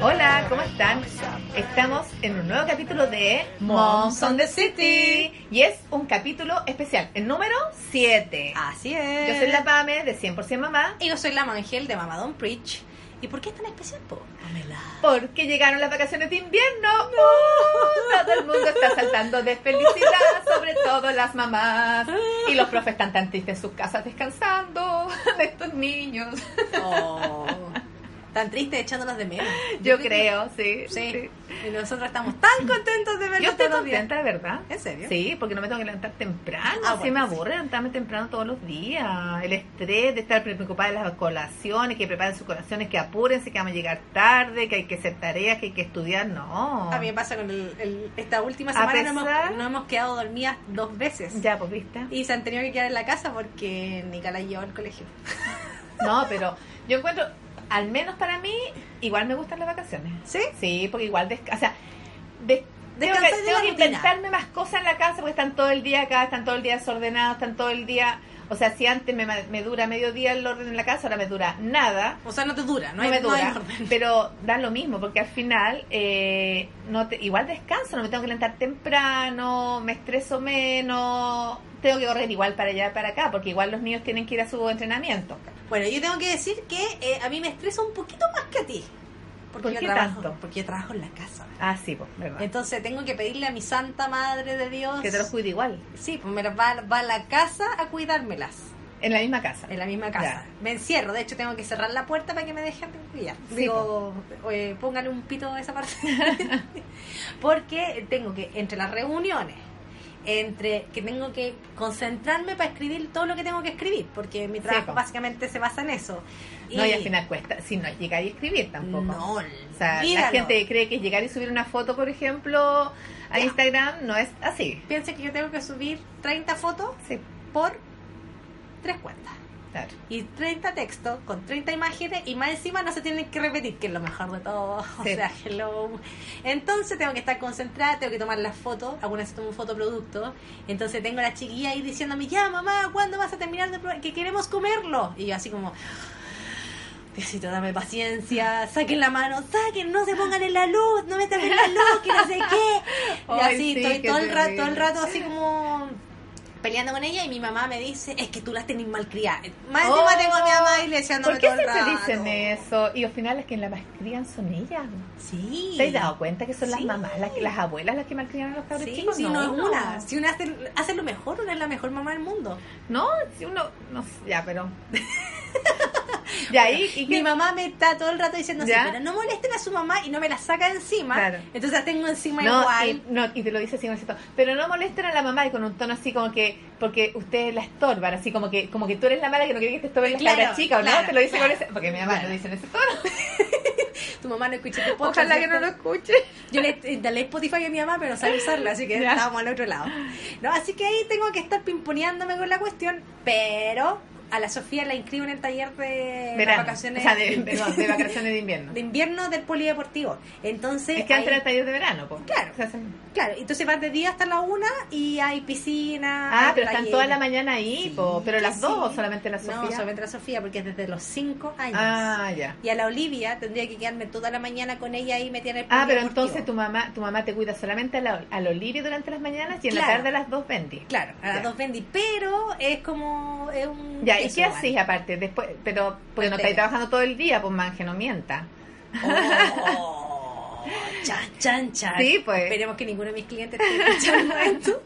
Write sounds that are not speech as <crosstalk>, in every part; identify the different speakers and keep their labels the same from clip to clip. Speaker 1: Hola, ¿cómo están? Estamos en un nuevo capítulo de Moms on the City y es un capítulo especial, el número 7.
Speaker 2: Así es.
Speaker 1: Yo soy la Pame de 100% Mamá
Speaker 2: Y yo soy la Mangel de Mamá Don't Preach. ¿Y por qué es tan especial, po? Pamela?
Speaker 1: porque llegaron las vacaciones de invierno. ¡Uh! Todo el mundo está saltando de felicidad, sobre todo las mamás. Y los profes están tan tristes en sus casas descansando <laughs> de estos niños.
Speaker 2: Oh, tan triste echándonos de menos.
Speaker 1: Yo creo, sí.
Speaker 2: Sí. Y nosotros estamos tan contentos de verlos
Speaker 1: Yo estoy
Speaker 2: todos los días.
Speaker 1: contenta, de verdad.
Speaker 2: ¿En serio?
Speaker 1: Sí, porque no me tengo que levantar temprano.
Speaker 2: Ah,
Speaker 1: se
Speaker 2: bueno,
Speaker 1: me
Speaker 2: sí.
Speaker 1: aburre levantarme temprano todos los días. El estrés de estar preocupada de las colaciones, que preparen sus colaciones, que apúrense, que vamos a llegar tarde, que hay que hacer tareas, que hay que estudiar. No.
Speaker 2: A mí me pasa con el, el- esta última
Speaker 1: A
Speaker 2: semana no hemos,
Speaker 1: pesar-
Speaker 2: no hemos quedado dormidas dos veces.
Speaker 1: Ya, pues, ¿viste?
Speaker 2: Y se han tenido que quedar en la casa porque Nica la llevó al colegio.
Speaker 1: No, pero yo encuentro, al menos para mí, igual me gustan las vacaciones.
Speaker 2: ¿Sí?
Speaker 1: Sí, porque igual, desca- o sea, des- tengo, que,
Speaker 2: Descansar de
Speaker 1: tengo
Speaker 2: la
Speaker 1: que
Speaker 2: rutina.
Speaker 1: inventarme más cosas en la casa porque están todo el día acá, están todo el día desordenados, están todo el día... O sea, si antes me, me dura medio día el orden en la casa, ahora me dura nada.
Speaker 2: O sea, no te dura, no,
Speaker 1: no,
Speaker 2: hay,
Speaker 1: me
Speaker 2: no hay
Speaker 1: dura,
Speaker 2: orden.
Speaker 1: pero da lo mismo porque al final eh, no te, igual descanso, no me tengo que levantar temprano, me estreso menos, tengo que correr igual para allá para acá porque igual los niños tienen que ir a su entrenamiento.
Speaker 2: Bueno, yo tengo que decir que eh, a mí me estresa un poquito más que a ti. Porque
Speaker 1: ¿Por
Speaker 2: yo
Speaker 1: qué
Speaker 2: trabajo,
Speaker 1: tanto?
Speaker 2: Porque yo trabajo en la casa.
Speaker 1: Ah, sí, pues, verdad.
Speaker 2: Entonces tengo que pedirle a mi santa madre de Dios
Speaker 1: Que te los cuide igual,
Speaker 2: Sí, pues me las va, va a la casa a cuidármelas,
Speaker 1: en la misma casa.
Speaker 2: en la misma casa. Me encierro, de hecho tengo que cerrar la puerta para que me dejen cuidar.
Speaker 1: Sí,
Speaker 2: Digo, eh, póngale un pito a esa parte. <laughs> Porque tengo que, entre las reuniones, entre que tengo que concentrarme para escribir todo lo que tengo que escribir, porque mi trabajo
Speaker 1: pues.
Speaker 2: básicamente se basa en eso.
Speaker 1: No, y al final cuesta, si no es llegar y escribir tampoco.
Speaker 2: No,
Speaker 1: O sea, la
Speaker 2: olvídalo.
Speaker 1: gente cree que llegar y subir una foto, por ejemplo, a
Speaker 2: Ya.
Speaker 1: Instagram no es así.
Speaker 2: piensa que yo tengo que subir 30 fotos
Speaker 1: Sí,
Speaker 2: por tres cuentas.
Speaker 1: claro.
Speaker 2: y 30 textos con 30 imágenes y más encima no se tienen que repetir, que es lo mejor de todo. <laughs> O
Speaker 1: Sí.
Speaker 2: sea, hello. Entonces tengo que estar concentrada, tengo que tomar las fotos. Algunas veces tomo un fotoproducto. Entonces tengo a la chiquilla ahí diciéndome, ya mamá, ¿cuándo vas a terminar de probar? Que queremos comerlo. Y yo así como... Diosito, dame paciencia, saquen la mano, saquen, no se pongan en la luz, no metan en la luz, que no sé
Speaker 1: <laughs>
Speaker 2: qué. Y
Speaker 1: Ay,
Speaker 2: así,
Speaker 1: sí,
Speaker 2: estoy
Speaker 1: qué
Speaker 2: todo el rato, todo el
Speaker 1: terrible.
Speaker 2: rato así como peleando con ella y mi mamá me dice, es que tú las tenés mal criadas. Más
Speaker 1: Oh,
Speaker 2: encima tengo a mi mamá y le
Speaker 1: ¿Por
Speaker 2: echándome
Speaker 1: qué
Speaker 2: todo el
Speaker 1: siempre
Speaker 2: rato.
Speaker 1: dicen eso? Y al final las que las malcrian son ellas.
Speaker 2: Sí.
Speaker 1: ¿Te has dado cuenta que son las
Speaker 2: Sí.
Speaker 1: mamás, las, las abuelas las que malcrian a los cabros
Speaker 2: Sí,
Speaker 1: chicos?
Speaker 2: sí, no es una. Si una hace, hace lo mejor, una es la mejor mamá del mundo.
Speaker 1: No, si uno, no sé, ya,
Speaker 2: <laughs>
Speaker 1: pero... ya, ahí, y
Speaker 2: Mi
Speaker 1: qué-
Speaker 2: mamá me está todo el rato diciendo, sí,
Speaker 1: ¿Ya?
Speaker 2: pero no molesten a su mamá y no me la saca de encima.
Speaker 1: Claro.
Speaker 2: Entonces la tengo encima
Speaker 1: no,
Speaker 2: igual.
Speaker 1: Y, no, y te lo dice así con ese tono. Pero no molesten a la mamá y con un tono así como que, porque ustedes la estorban, así como que, como que tú eres la mala que no quiere que te estorben las
Speaker 2: Claro,
Speaker 1: cabras chicas, ¿o
Speaker 2: claro,
Speaker 1: no? Te lo dice
Speaker 2: claro.
Speaker 1: con ese, porque mi mamá
Speaker 2: Claro.
Speaker 1: lo dice en ese tono.
Speaker 2: Tu mamá no escucha tu podcast.
Speaker 1: Ojalá que
Speaker 2: ¿cierto?
Speaker 1: no lo escuche.
Speaker 2: Yo le instalé Spotify a mi mamá, pero no sabe usarlo, así que
Speaker 1: Ya.
Speaker 2: estábamos al otro lado. No, así que ahí tengo que estar pimponeándome con la cuestión, pero a la Sofía la inscribo en el taller de
Speaker 1: <laughs>
Speaker 2: las
Speaker 1: Verano.
Speaker 2: vacaciones
Speaker 1: O sea, de, perdón, de vacaciones de
Speaker 2: <laughs>
Speaker 1: invierno.
Speaker 2: de invierno del polideportivo. Entonces,
Speaker 1: es que antes
Speaker 2: ahí-
Speaker 1: era el taller de verano, pues.
Speaker 2: Claro. claro, entonces vas de día hasta la una y hay piscina.
Speaker 1: Ah,
Speaker 2: hay
Speaker 1: pero están
Speaker 2: taller.
Speaker 1: toda la mañana ahí,
Speaker 2: Sí,
Speaker 1: po. pero las
Speaker 2: sí.
Speaker 1: dos o solamente la Sofía.
Speaker 2: No, solamente la Sofía, porque es desde los cinco años.
Speaker 1: Ah, ya.
Speaker 2: Y a la Olivia tendría que quedarme toda la mañana con ella ahí metida en el
Speaker 1: Ah, pero
Speaker 2: polideportivo.
Speaker 1: entonces tu mamá, tu mamá te cuida solamente a la, a la Olivia durante las mañanas y en la
Speaker 2: Claro.
Speaker 1: tarde a las dos vendí.
Speaker 2: Claro, a
Speaker 1: Ya.
Speaker 2: las dos vendí, pero es como es un
Speaker 1: Ya, ¿y
Speaker 2: eso
Speaker 1: qué
Speaker 2: igual.
Speaker 1: hacís aparte? Después, pero porque no
Speaker 2: Pues
Speaker 1: estáis
Speaker 2: te-
Speaker 1: trabajando todo el día, pues manje, no mienta.
Speaker 2: Oh, chan, chan, chan.
Speaker 1: Sí, pues.
Speaker 2: Esperemos que ninguno de mis clientes esté escuchando <laughs> esto.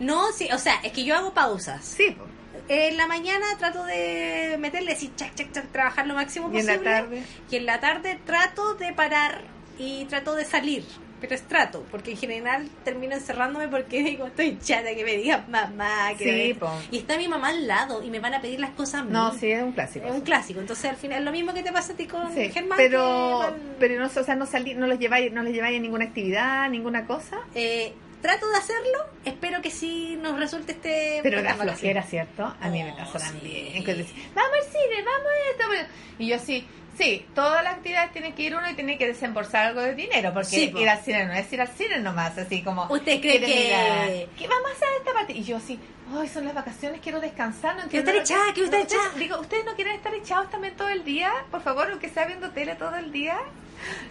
Speaker 2: No, sí, o sea, es que yo hago pausas.
Speaker 1: Sí, pues.
Speaker 2: En la mañana trato de meterle así, chac, chac, chac, trabajar lo máximo
Speaker 1: Y en
Speaker 2: posible.
Speaker 1: la tarde.
Speaker 2: Y en la tarde trato de parar y trato de salir. pero estrato, porque en general termino encerrándome porque <laughs> digo, estoy chata que me digas mamá, que
Speaker 1: Sí,
Speaker 2: esto".
Speaker 1: po.
Speaker 2: y está mi mamá al lado y me van a pedir las cosas a mí.
Speaker 1: No, sí, es un clásico.
Speaker 2: Es un clásico, entonces al final lo mismo que te pasa a ti con
Speaker 1: Sí,
Speaker 2: Germán.
Speaker 1: pero
Speaker 2: que igual-
Speaker 1: pero no, sé, o sea, no salí, no los lleváis, no les lleváis a ninguna actividad, ninguna cosa,
Speaker 2: Eh, trato de hacerlo, espero que sí nos resulte este...
Speaker 1: pero
Speaker 2: programa
Speaker 1: la flojera, ¿cierto? A mí me
Speaker 2: Oh,
Speaker 1: pasa
Speaker 2: sí.
Speaker 1: también. que dice, vamos al cine, vamos a esto. vamos a-". Y yo así, sí, todas las actividades tiene que ir uno y tiene que desembolsar algo de dinero, porque
Speaker 2: Sí, po.
Speaker 1: ir al cine no es ir al cine nomás, así como...
Speaker 2: ¿Usted
Speaker 1: que
Speaker 2: cree
Speaker 1: te
Speaker 2: que-
Speaker 1: diga, ¿Qué vamos a hacer esta parte? Y yo así, ay, son las vacaciones, quiero descansar, no entiendo...
Speaker 2: estar
Speaker 1: lo que-
Speaker 2: echada, quiero estar
Speaker 1: no, ustedes-
Speaker 2: echada".
Speaker 1: Digo, ¿ustedes no quieren estar echados también todo el día? Por favor, aunque sea viendo tele todo el día.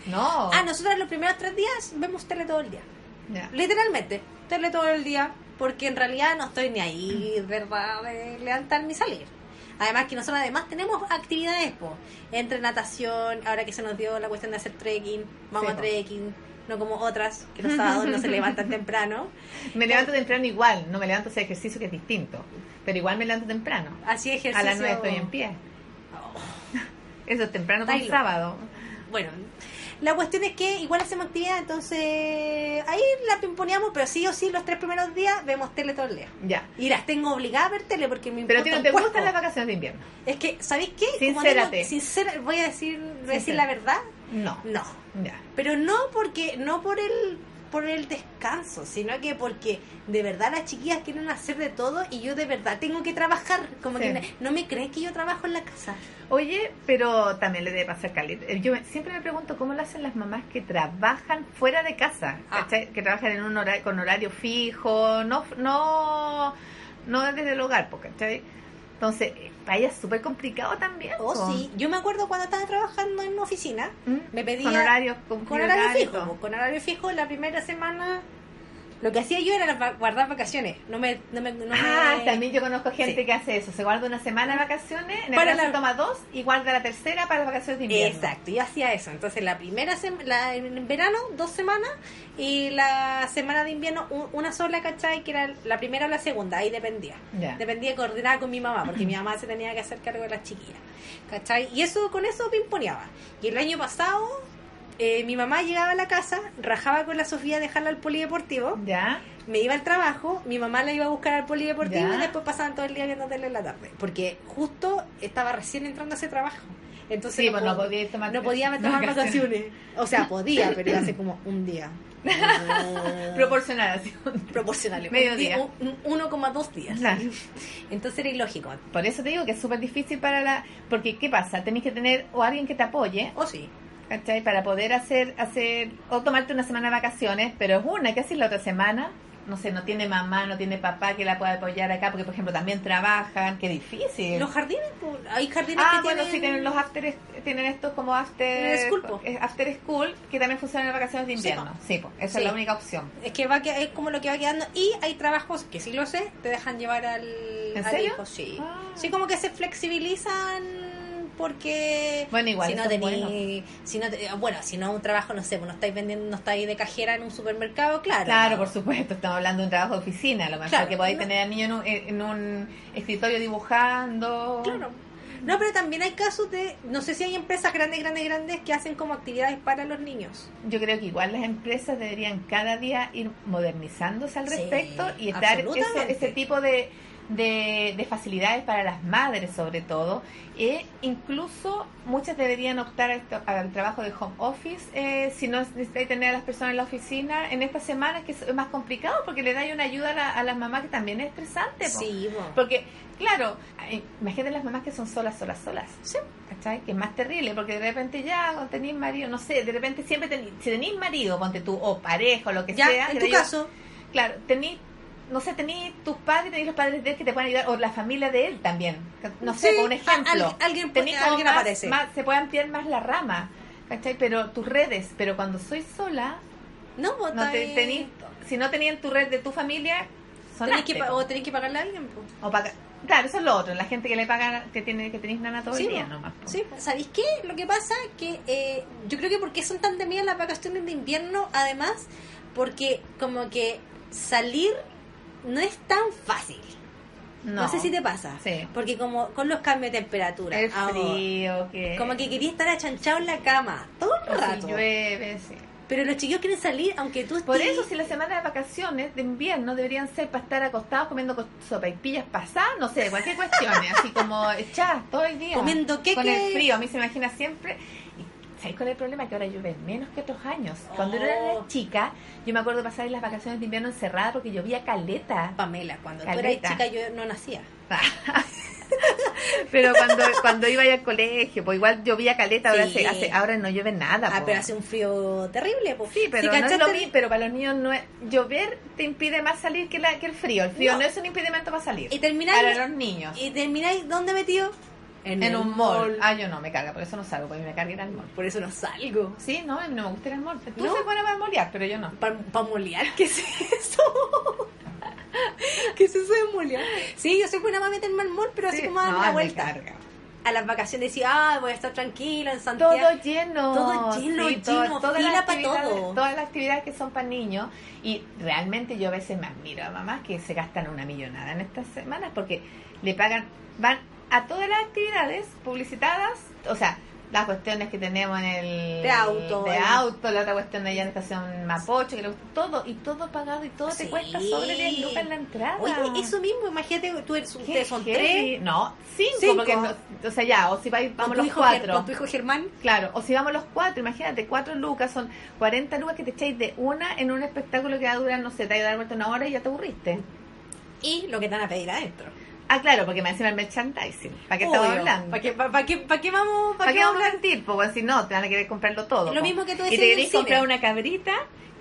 Speaker 1: No.
Speaker 2: Ah, nosotros los primeros tres días vemos tele todo el día.
Speaker 1: Ya.
Speaker 2: Literalmente, tele todo el día, porque en realidad no estoy ni ahí, ¿verdad? De levantar ni salir. Además que nosotros además tenemos actividades, po. entre natación, ahora que se nos dio la cuestión de hacer trekking, vamos
Speaker 1: Sí,
Speaker 2: a
Speaker 1: po.
Speaker 2: trekking, no como otras,
Speaker 1: <laughs>
Speaker 2: que los sábados no se levantan temprano.
Speaker 1: Me levanto temprano igual, no me levanto ese ejercicio que es distinto, pero igual me levanto temprano.
Speaker 2: Así ejercicio.
Speaker 1: A las 9 estoy en pie. Eso es temprano para
Speaker 2: Estáis
Speaker 1: un
Speaker 2: loca.
Speaker 1: sábado.
Speaker 2: Bueno, la cuestión es que igual hacemos actividad, entonces ahí la pimponeamos, pero sí o sí los tres primeros días vemos tele todo el día.
Speaker 1: Ya.
Speaker 2: Y las tengo obligadas a ver tele porque me
Speaker 1: Pero a ti
Speaker 2: importa
Speaker 1: no
Speaker 2: un
Speaker 1: te
Speaker 2: cuerpo.
Speaker 1: gustan las vacaciones de invierno.
Speaker 2: Es que, ¿sabéis qué? Como
Speaker 1: Sincérate.
Speaker 2: tengo- sincera, voy a decir, voy a decir
Speaker 1: Sincera.
Speaker 2: la verdad.
Speaker 1: No.
Speaker 2: No.
Speaker 1: Ya.
Speaker 2: Pero no porque, no por el por el descanso, sino que porque de verdad las chiquillas quieren hacer de todo y yo de verdad tengo que trabajar, como
Speaker 1: Sí.
Speaker 2: que no, no me creen que yo trabajo en la casa.
Speaker 1: Oye, pero también le debe pasar caleta. Eh, Yo me- siempre me pregunto cómo lo hacen las mamás que trabajan fuera de casa,
Speaker 2: Ah.
Speaker 1: ¿cachai? que trabajan en un horario, con horario fijo, no, no, no desde el hogar, po, ¿cachai? Entonces, eh, para ellas es súper complicado también.
Speaker 2: Oh,
Speaker 1: po.
Speaker 2: sí, yo me acuerdo cuando estaba trabajando en oficina,
Speaker 1: ¿Mm?
Speaker 2: me pedía
Speaker 1: Con horarios, con,
Speaker 2: con horario
Speaker 1: horario
Speaker 2: fijo, po, con horario fijo la primera semana lo que hacía yo era va- guardar vacaciones, no me no me, no me-
Speaker 1: Ah, también yo conozco gente
Speaker 2: Sí.
Speaker 1: que hace eso. Se guarda una semana de vacaciones, en el
Speaker 2: Para
Speaker 1: caso
Speaker 2: la-
Speaker 1: toma dos y guarda la tercera para las vacaciones de invierno.
Speaker 2: Exacto, yo hacía eso. Entonces, la primera semana, en verano, dos semanas, y la semana de invierno, un- una sola, ¿cachai? Que era la primera o la segunda, ahí dependía.
Speaker 1: Ya.
Speaker 2: Dependía coordinada con mi mamá, porque mi mamá se tenía que hacer cargo de las chiquillas, ¿cachai? Y eso, con eso pimponeaba. Y el año pasado, eh, mi mamá llegaba a la casa, rajaba con la Sofía a dejarla al polideportivo,
Speaker 1: ¿Ya?
Speaker 2: me iba al trabajo, mi mamá la iba a buscar al polideportivo
Speaker 1: Ya.
Speaker 2: y después pasaban todo el día viendo tele en la tarde, porque justo estaba recién entrando a ese trabajo. Entonces
Speaker 1: Sí, pues, no
Speaker 2: pod-
Speaker 1: podía tomar-
Speaker 2: no podía
Speaker 1: <laughs>
Speaker 2: tomar
Speaker 1: vacaciones.
Speaker 2: vacaciones. O sea, podía, pero iba a ser como un día.
Speaker 1: <laughs> Proporcional, así.
Speaker 2: Proporcional. un
Speaker 1: Medio
Speaker 2: día-
Speaker 1: día.
Speaker 2: un- un- 1,2 días.
Speaker 1: Claro.
Speaker 2: Entonces era ilógico.
Speaker 1: Por eso te digo que es súper difícil para la... Porque, ¿qué pasa? Tenés que tener o alguien que te apoye,
Speaker 2: O Oh, sí.
Speaker 1: ¿cachai? Para poder hacer, hacer o tomarte una semana de vacaciones, pero es una, ¿qué haces la otra semana? No sé, no tiene mamá, no tiene papá que la pueda apoyar acá, porque, por ejemplo, también trabajan. Qué difícil.
Speaker 2: Los jardines, pues, hay jardines
Speaker 1: Ah,
Speaker 2: que
Speaker 1: bueno,
Speaker 2: tienen...
Speaker 1: sí, tienen los after, tienen estos como after
Speaker 2: After school, po.
Speaker 1: eh, after school que también funcionan en vacaciones de
Speaker 2: Sí,
Speaker 1: invierno.
Speaker 2: po.
Speaker 1: Sí, po, esa
Speaker 2: Sí.
Speaker 1: es la única opción.
Speaker 2: Es que va que es como lo que va quedando y hay trabajos que sí lo sé, te dejan llevar al,
Speaker 1: ¿En
Speaker 2: al
Speaker 1: serio?
Speaker 2: hijo, sí.
Speaker 1: Ah.
Speaker 2: Sí como que se flexibilizan porque
Speaker 1: Bueno, igual
Speaker 2: si no
Speaker 1: eso es
Speaker 2: tení- si no te- bueno, si no un trabajo no sé, pues no estáis vendiendo, no estáis de cajera en un supermercado, claro.
Speaker 1: Claro, por supuesto, estamos hablando de un trabajo de oficina, a lo mejor
Speaker 2: Claro,
Speaker 1: que podéis
Speaker 2: no.
Speaker 1: tener al niño en un, en un escritorio dibujando.
Speaker 2: Claro. No, pero también hay casos de, no sé si hay empresas grandes, grandes, grandes que hacen como actividades para los niños.
Speaker 1: Yo creo que igual las empresas deberían cada día ir modernizándose al
Speaker 2: Sí,
Speaker 1: respecto y estar ese,
Speaker 2: absolutamente.
Speaker 1: ese tipo de, de, de facilidades para las madres sobre todo. E incluso muchas deberían optar al, to- al trabajo de home office eh, si no necesitáis tener a las personas en la oficina en estas semanas que es más complicado porque le dais una ayuda a, la- a las mamás que también es estresante. po.
Speaker 2: Sí, bueno.
Speaker 1: Porque, claro, ay, imagínate las mamás que son solas, solas, solas.
Speaker 2: Sí.
Speaker 1: ¿Cachai? Que es más terrible, porque de repente ya cuando tenís marido, no sé, de repente siempre tenís, si tenís marido, ponte tú, o pareja, o lo que sea.
Speaker 2: ya, en
Speaker 1: que
Speaker 2: tu
Speaker 1: te digo,
Speaker 2: caso,
Speaker 1: Claro, tenís, no sé, tenís tus padres, tenís los padres de él que te pueden ayudar, o la familia de él también. No sé,
Speaker 2: Sí,
Speaker 1: por un ejemplo.
Speaker 2: al- alguien-
Speaker 1: Tenís como
Speaker 2: alguien
Speaker 1: más-
Speaker 2: aparece.
Speaker 1: más- se puede ampliar más la rama, ¿cachai? Pero tus redes, pero cuando soy sola,
Speaker 2: no, pues,
Speaker 1: no te,
Speaker 2: estáis-
Speaker 1: tenís, si no tenías tu red de tu familia,
Speaker 2: tenés que,
Speaker 1: sonaste,
Speaker 2: pa-
Speaker 1: po.
Speaker 2: o tenés que pagarle a alguien, pues.
Speaker 1: O paga- Claro, eso es lo otro, la gente que le paga, que tiene que tenéis nana todo
Speaker 2: Sí,
Speaker 1: el día
Speaker 2: po.
Speaker 1: nomás. po.
Speaker 2: Sí, ¿sabéis qué? Lo que pasa es que eh, yo creo que porque son tan temidas las vacaciones de invierno, además, porque como que salir no es tan fácil. No, sé si te pasa.
Speaker 1: Sí.
Speaker 2: Porque como con los cambios de temperatura,
Speaker 1: El
Speaker 2: ahora,
Speaker 1: frío, que.
Speaker 2: como que quería estar achanchado en la cama todo
Speaker 1: o
Speaker 2: el
Speaker 1: si
Speaker 2: rato.
Speaker 1: llueve, sí.
Speaker 2: Pero los chiquillos quieren salir, aunque tú
Speaker 1: Por
Speaker 2: estés-
Speaker 1: eso, si las semanas de vacaciones de invierno deberían ser para estar acostados comiendo co- sopaipillas pasadas, no sé, cualquier
Speaker 2: <laughs>
Speaker 1: cuestión, así como echadas todo el día.
Speaker 2: Comiendo queque.
Speaker 1: Con el frío, a mí se me imagina siempre. Y, ¿Sabes cuál es el problema? Que ahora llueve menos que otros años. Cuando yo
Speaker 2: Oh.
Speaker 1: era chica, yo me acuerdo pasar las vacaciones de invierno encerrada porque llovía caleta.
Speaker 2: Pamela, cuando
Speaker 1: Caleta.
Speaker 2: tú eras chica yo no nacía.
Speaker 1: Pero cuando, cuando iba ya al colegio, pues igual llovía caleta, ahora,
Speaker 2: Sí.
Speaker 1: se hace- ahora no llueve nada.
Speaker 2: Ah,
Speaker 1: po.
Speaker 2: pero hace un frío terrible, pues.
Speaker 1: Sí, pero,
Speaker 2: Si
Speaker 1: no es lo
Speaker 2: cachaste-
Speaker 1: mi- pero para los niños no es, llover te impide más salir que, la, que el frío. El frío
Speaker 2: No.
Speaker 1: no, es un impedimento para salir.
Speaker 2: Y termináis-
Speaker 1: para los niños.
Speaker 2: Y termináis, ¿dónde metido?
Speaker 1: en
Speaker 2: el
Speaker 1: un mall. Ah, yo no, me carga, por eso no salgo, porque me carga ir al mall.
Speaker 2: Por eso no salgo.
Speaker 1: Sí, no, a mí no me gusta ir al mall. Tú
Speaker 2: ¿No?
Speaker 1: se pones para molear, pero yo no.
Speaker 2: ¿Para molear? ¿Qué es eso? <laughs> ¿Qué es eso de molear? Sí, yo soy buena para meterme al mall, pero así
Speaker 1: Sí,
Speaker 2: como a dar
Speaker 1: no,
Speaker 2: la
Speaker 1: me
Speaker 2: vuelta.
Speaker 1: carga.
Speaker 2: A las vacaciones decía, ah, voy a estar tranquila en Santiago.
Speaker 1: Todo lleno.
Speaker 2: Todo lleno,
Speaker 1: to-
Speaker 2: lleno,
Speaker 1: todas las
Speaker 2: fila pa'
Speaker 1: actividades-
Speaker 2: todo.
Speaker 1: Todas las actividades que son para niños. Y realmente yo a veces me admiro a mamás que se gastan una millonada en estas semanas porque le pagan, van a todas las actividades publicitadas, o sea, las cuestiones que tenemos en el...
Speaker 2: De auto,
Speaker 1: De
Speaker 2: el-
Speaker 1: auto, la otra cuestión de allá en la estación Mapocho, que le gusta todo, y todo pagado, y todo
Speaker 2: Sí.
Speaker 1: te cuesta sobre 10 lucas en la entrada.
Speaker 2: Oye, eso mismo, imagínate, tú eres,
Speaker 1: Qué
Speaker 2: ustedes son
Speaker 1: heavy.
Speaker 2: tres.
Speaker 1: No, cinco,
Speaker 2: Cinco.
Speaker 1: porque... no- o sea, ya, o si vais,
Speaker 2: Con
Speaker 1: vamos
Speaker 2: tu,
Speaker 1: los
Speaker 2: hijo, Ger-
Speaker 1: cuatro.
Speaker 2: con tu hijo Germán.
Speaker 1: Claro, o si vamos los cuatro, imagínate, cuatro lucas son 40 lucas que te echáis de una en un espectáculo que va a durar, no sé, te va a dar vuelta una hora y ya te aburriste.
Speaker 2: Y lo que te van a pedir adentro.
Speaker 1: Ah, claro, porque me encima el merchandising. ¿Para qué estamos hablando?
Speaker 2: ¿Para qué, pa- pa' qué- pa' qué vamos, pa'
Speaker 1: ¿Para
Speaker 2: qué
Speaker 1: qué vamos
Speaker 2: vamos
Speaker 1: a mentir? Porque si no, te van a querer comprarlo todo.
Speaker 2: Lo
Speaker 1: po.
Speaker 2: mismo que tú decías
Speaker 1: Y te
Speaker 2: del
Speaker 1: querés
Speaker 2: cine.
Speaker 1: comprar una cabrita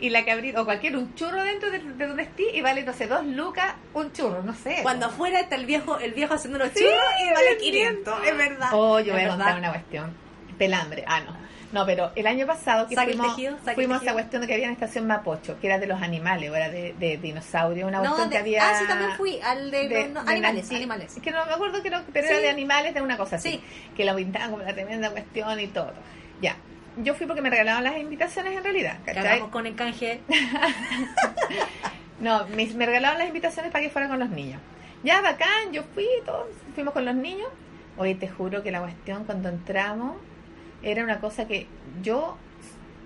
Speaker 1: y la cabrita, o cualquier, un churro dentro de, de donde estés y vale, no sé, dos lucas, un churro, no sé.
Speaker 2: Cuando
Speaker 1: po.
Speaker 2: afuera está el viejo, el viejo haciendo los
Speaker 1: Sí,
Speaker 2: churros y vale
Speaker 1: es
Speaker 2: 500. Es verdad.
Speaker 1: Oh, yo voy
Speaker 2: Es
Speaker 1: a
Speaker 2: verdad.
Speaker 1: contar una cuestión. Pelambre. Ah, no. No, pero el año pasado que
Speaker 2: Saca el
Speaker 1: fuimos,
Speaker 2: tejido, saca el
Speaker 1: fuimos a esa
Speaker 2: tejido.
Speaker 1: cuestión que había en Estación Mapocho, que era de los animales, o era de, de dinosaurios, una
Speaker 2: No,
Speaker 1: cuestión
Speaker 2: de-
Speaker 1: que había...
Speaker 2: Ah, sí, también fui al de,
Speaker 1: de-
Speaker 2: no,
Speaker 1: de
Speaker 2: animales,
Speaker 1: Nancy.
Speaker 2: animales.
Speaker 1: Que no me acuerdo, que no, pero
Speaker 2: Sí.
Speaker 1: era de animales, de una cosa así.
Speaker 2: Sí.
Speaker 1: Que lo pintaban como la tremenda cuestión y todo. Ya. Yo fui porque me regalaban las invitaciones en realidad, ¿cachai?
Speaker 2: Cagamos con
Speaker 1: <laughs>
Speaker 2: el canje.
Speaker 1: No, me, me regalaron las invitaciones para que fuera con los niños. Ya, bacán, yo fui, todos fuimos con los niños. Oye, te juro que la cuestión cuando entramos era una cosa que yo,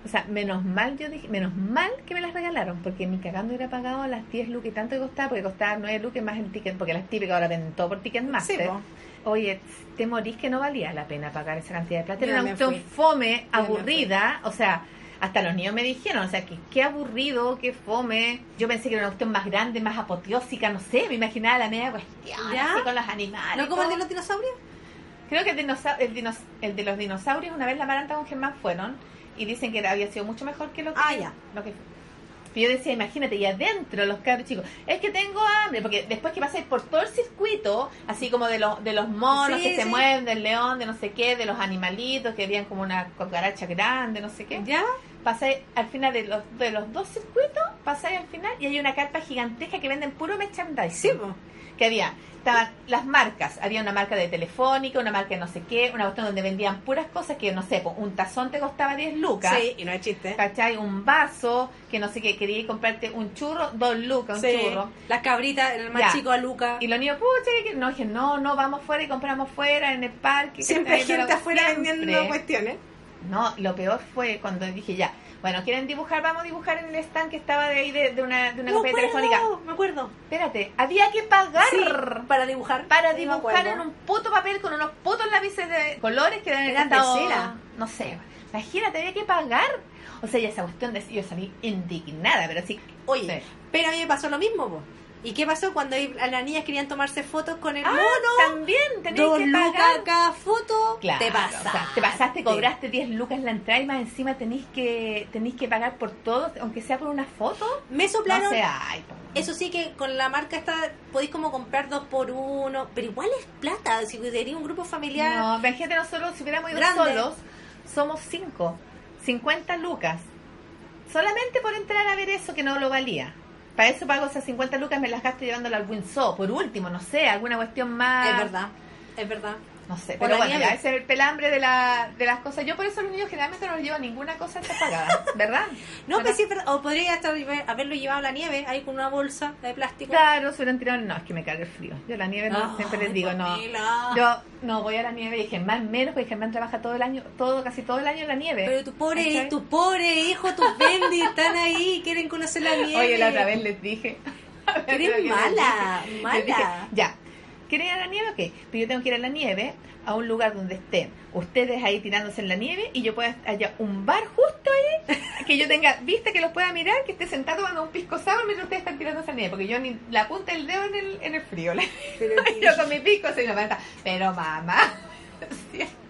Speaker 1: o sea, menos mal yo dije, menos mal que me las regalaron, porque mi cagando hubiera pagado las 10 lucas y tanto que costaba, porque costaba 9 lucas más el ticket, porque las típicas ahora venden todo por Ticketmaster.
Speaker 2: Sí, po.
Speaker 1: Oye, te morís que no valía la pena pagar esa cantidad de plata.
Speaker 2: Yo
Speaker 1: Era una
Speaker 2: me
Speaker 1: cuestión
Speaker 2: fui.
Speaker 1: fome,
Speaker 2: me fui.
Speaker 1: aburrida, o sea, hasta los niños me dijeron, o sea, que qué aburrido, qué fome. Yo pensé que era una cuestión más grande, más apoteósica, no sé, me imaginaba la media cuestión,
Speaker 2: ¿Ya?
Speaker 1: así con los animales.
Speaker 2: ¿No como el de
Speaker 1: todo.
Speaker 2: los dinosaurios?
Speaker 1: Creo que el, dinosa- el, dinos- el de los dinosaurios, una vez la Maranta con Germán fueron y dicen que había sido mucho mejor que lo que.
Speaker 2: Ah, ya.
Speaker 1: lo que- y yo decía, imagínate, y adentro los cabros chicos, es que tengo hambre, porque después que pasáis por todo el circuito, así como de los, de los monos
Speaker 2: Sí,
Speaker 1: que se
Speaker 2: sí.
Speaker 1: mueven, del león, de no sé qué, de los animalitos que habían como una cucaracha grande, no sé qué,
Speaker 2: ¿Ya?
Speaker 1: pasáis al final de los, de los dos circuitos, pasáis al final y hay una carpa gigantesca que venden puro merchandising
Speaker 2: Sí, po.
Speaker 1: que había estaban las marcas había una marca de telefónica una marca de no sé qué una cuestión donde vendían puras cosas que no sé po, un tazón te costaba 10 lucas
Speaker 2: Sí, y no es chiste.
Speaker 1: ¿cachai? un vaso que no sé qué quería ir comprarte un churro dos lucas un
Speaker 2: Sí.
Speaker 1: churro
Speaker 2: Las cabritas, el más
Speaker 1: Ya.
Speaker 2: chico a Luca.
Speaker 1: y los niños pucha que- que- no dije no no vamos fuera y compramos fuera en el parque
Speaker 2: Siempre hay
Speaker 1: ¿cachai?
Speaker 2: gente
Speaker 1: Pero
Speaker 2: afuera
Speaker 1: siempre.
Speaker 2: vendiendo pues. cuestiones.
Speaker 1: No, lo peor fue cuando dije ya, bueno, quieren dibujar, vamos a dibujar en el stand que estaba de ahí de, de una, de una
Speaker 2: me
Speaker 1: compañía telefónica.
Speaker 2: acuerdo, me acuerdo.
Speaker 1: Espérate, había que pagar.
Speaker 2: Sí, para dibujar.
Speaker 1: para
Speaker 2: Sí, me
Speaker 1: dibujar
Speaker 2: acuerdo.
Speaker 1: en un puto papel con unos putos lápices de colores que eran
Speaker 2: Eran de cera.
Speaker 1: No sé, imagínate, había que pagar. O sea, ya esa cuestión de yo salí indignada, pero sí.
Speaker 2: Oye,
Speaker 1: Sí.
Speaker 2: pero a mí me pasó lo mismo, po. ¿Y qué pasó cuando a las niñas querían tomarse fotos con el
Speaker 1: Ah,
Speaker 2: mono?
Speaker 1: también tenías
Speaker 2: Dos
Speaker 1: que
Speaker 2: lucas
Speaker 1: pagar.
Speaker 2: cada foto.
Speaker 1: Claro,
Speaker 2: te pasa.
Speaker 1: o sea, te pasaste, cobraste 10 lucas en la entrada y más encima tenéis que tenés que pagar por todo, aunque sea por una foto.
Speaker 2: Me soplaron.
Speaker 1: No sé, ay, po.
Speaker 2: Eso sí que con la marca esta podéis como comprar dos por uno, pero igual es plata, si tenía un grupo familiar.
Speaker 1: No, imagínate nosotros si hubiéramos ido
Speaker 2: Grande.
Speaker 1: solos, somos cinco, 50 lucas. Solamente por entrar a ver eso que no lo valía. Para eso pago esas 50 lucas, me las gasto llevándolo al Windsor, por último, no sé, alguna cuestión más.
Speaker 2: ah, Es verdad, es verdad.
Speaker 1: No sé,
Speaker 2: O
Speaker 1: pero
Speaker 2: la
Speaker 1: bueno,
Speaker 2: nieve.
Speaker 1: ya, ese es el pelambre de, la, de las cosas. Yo por eso a los niños generalmente no les llevo ninguna cosa está
Speaker 2: <laughs>
Speaker 1: pagada, ¿verdad?
Speaker 2: No,
Speaker 1: Bueno,
Speaker 2: pero sí, es verdad. o podría hasta haber- haberlo llevado a la nieve ahí con una bolsa de plástico.
Speaker 1: Claro, se hubieran tirado. No, es que me cae el frío. Yo la nieve no,
Speaker 2: Ay,
Speaker 1: siempre les digo, no.
Speaker 2: Pamela.
Speaker 1: Yo no voy a la nieve y Germán menos, porque Germán trabaja todo el año, todo casi todo el año en la nieve.
Speaker 2: Pero tu pobre,
Speaker 1: ¿Cachai?
Speaker 2: tu pobre hijo, tus Bendy están ahí, quieren conocer la nieve.
Speaker 1: Oye, la otra vez les dije. <laughs>
Speaker 2: Eres
Speaker 1: Creo que les
Speaker 2: <laughs> mala,
Speaker 1: dije.
Speaker 2: mala.
Speaker 1: Les dije, ya. ¿Quieren ir a la nieve? Ok. Pero yo tengo que ir a la nieve, a un lugar donde estén ustedes ahí tirándose en la nieve y yo pueda haya un bar justo ahí, que yo tenga vista, que los pueda mirar, que esté sentado tomando un pisco sour mientras ustedes están tirándose en la nieve, porque yo ni la punta del dedo en el, en el frío.
Speaker 2: Pero
Speaker 1: <laughs> yo con mi pisco soy una manta. Pero mamá,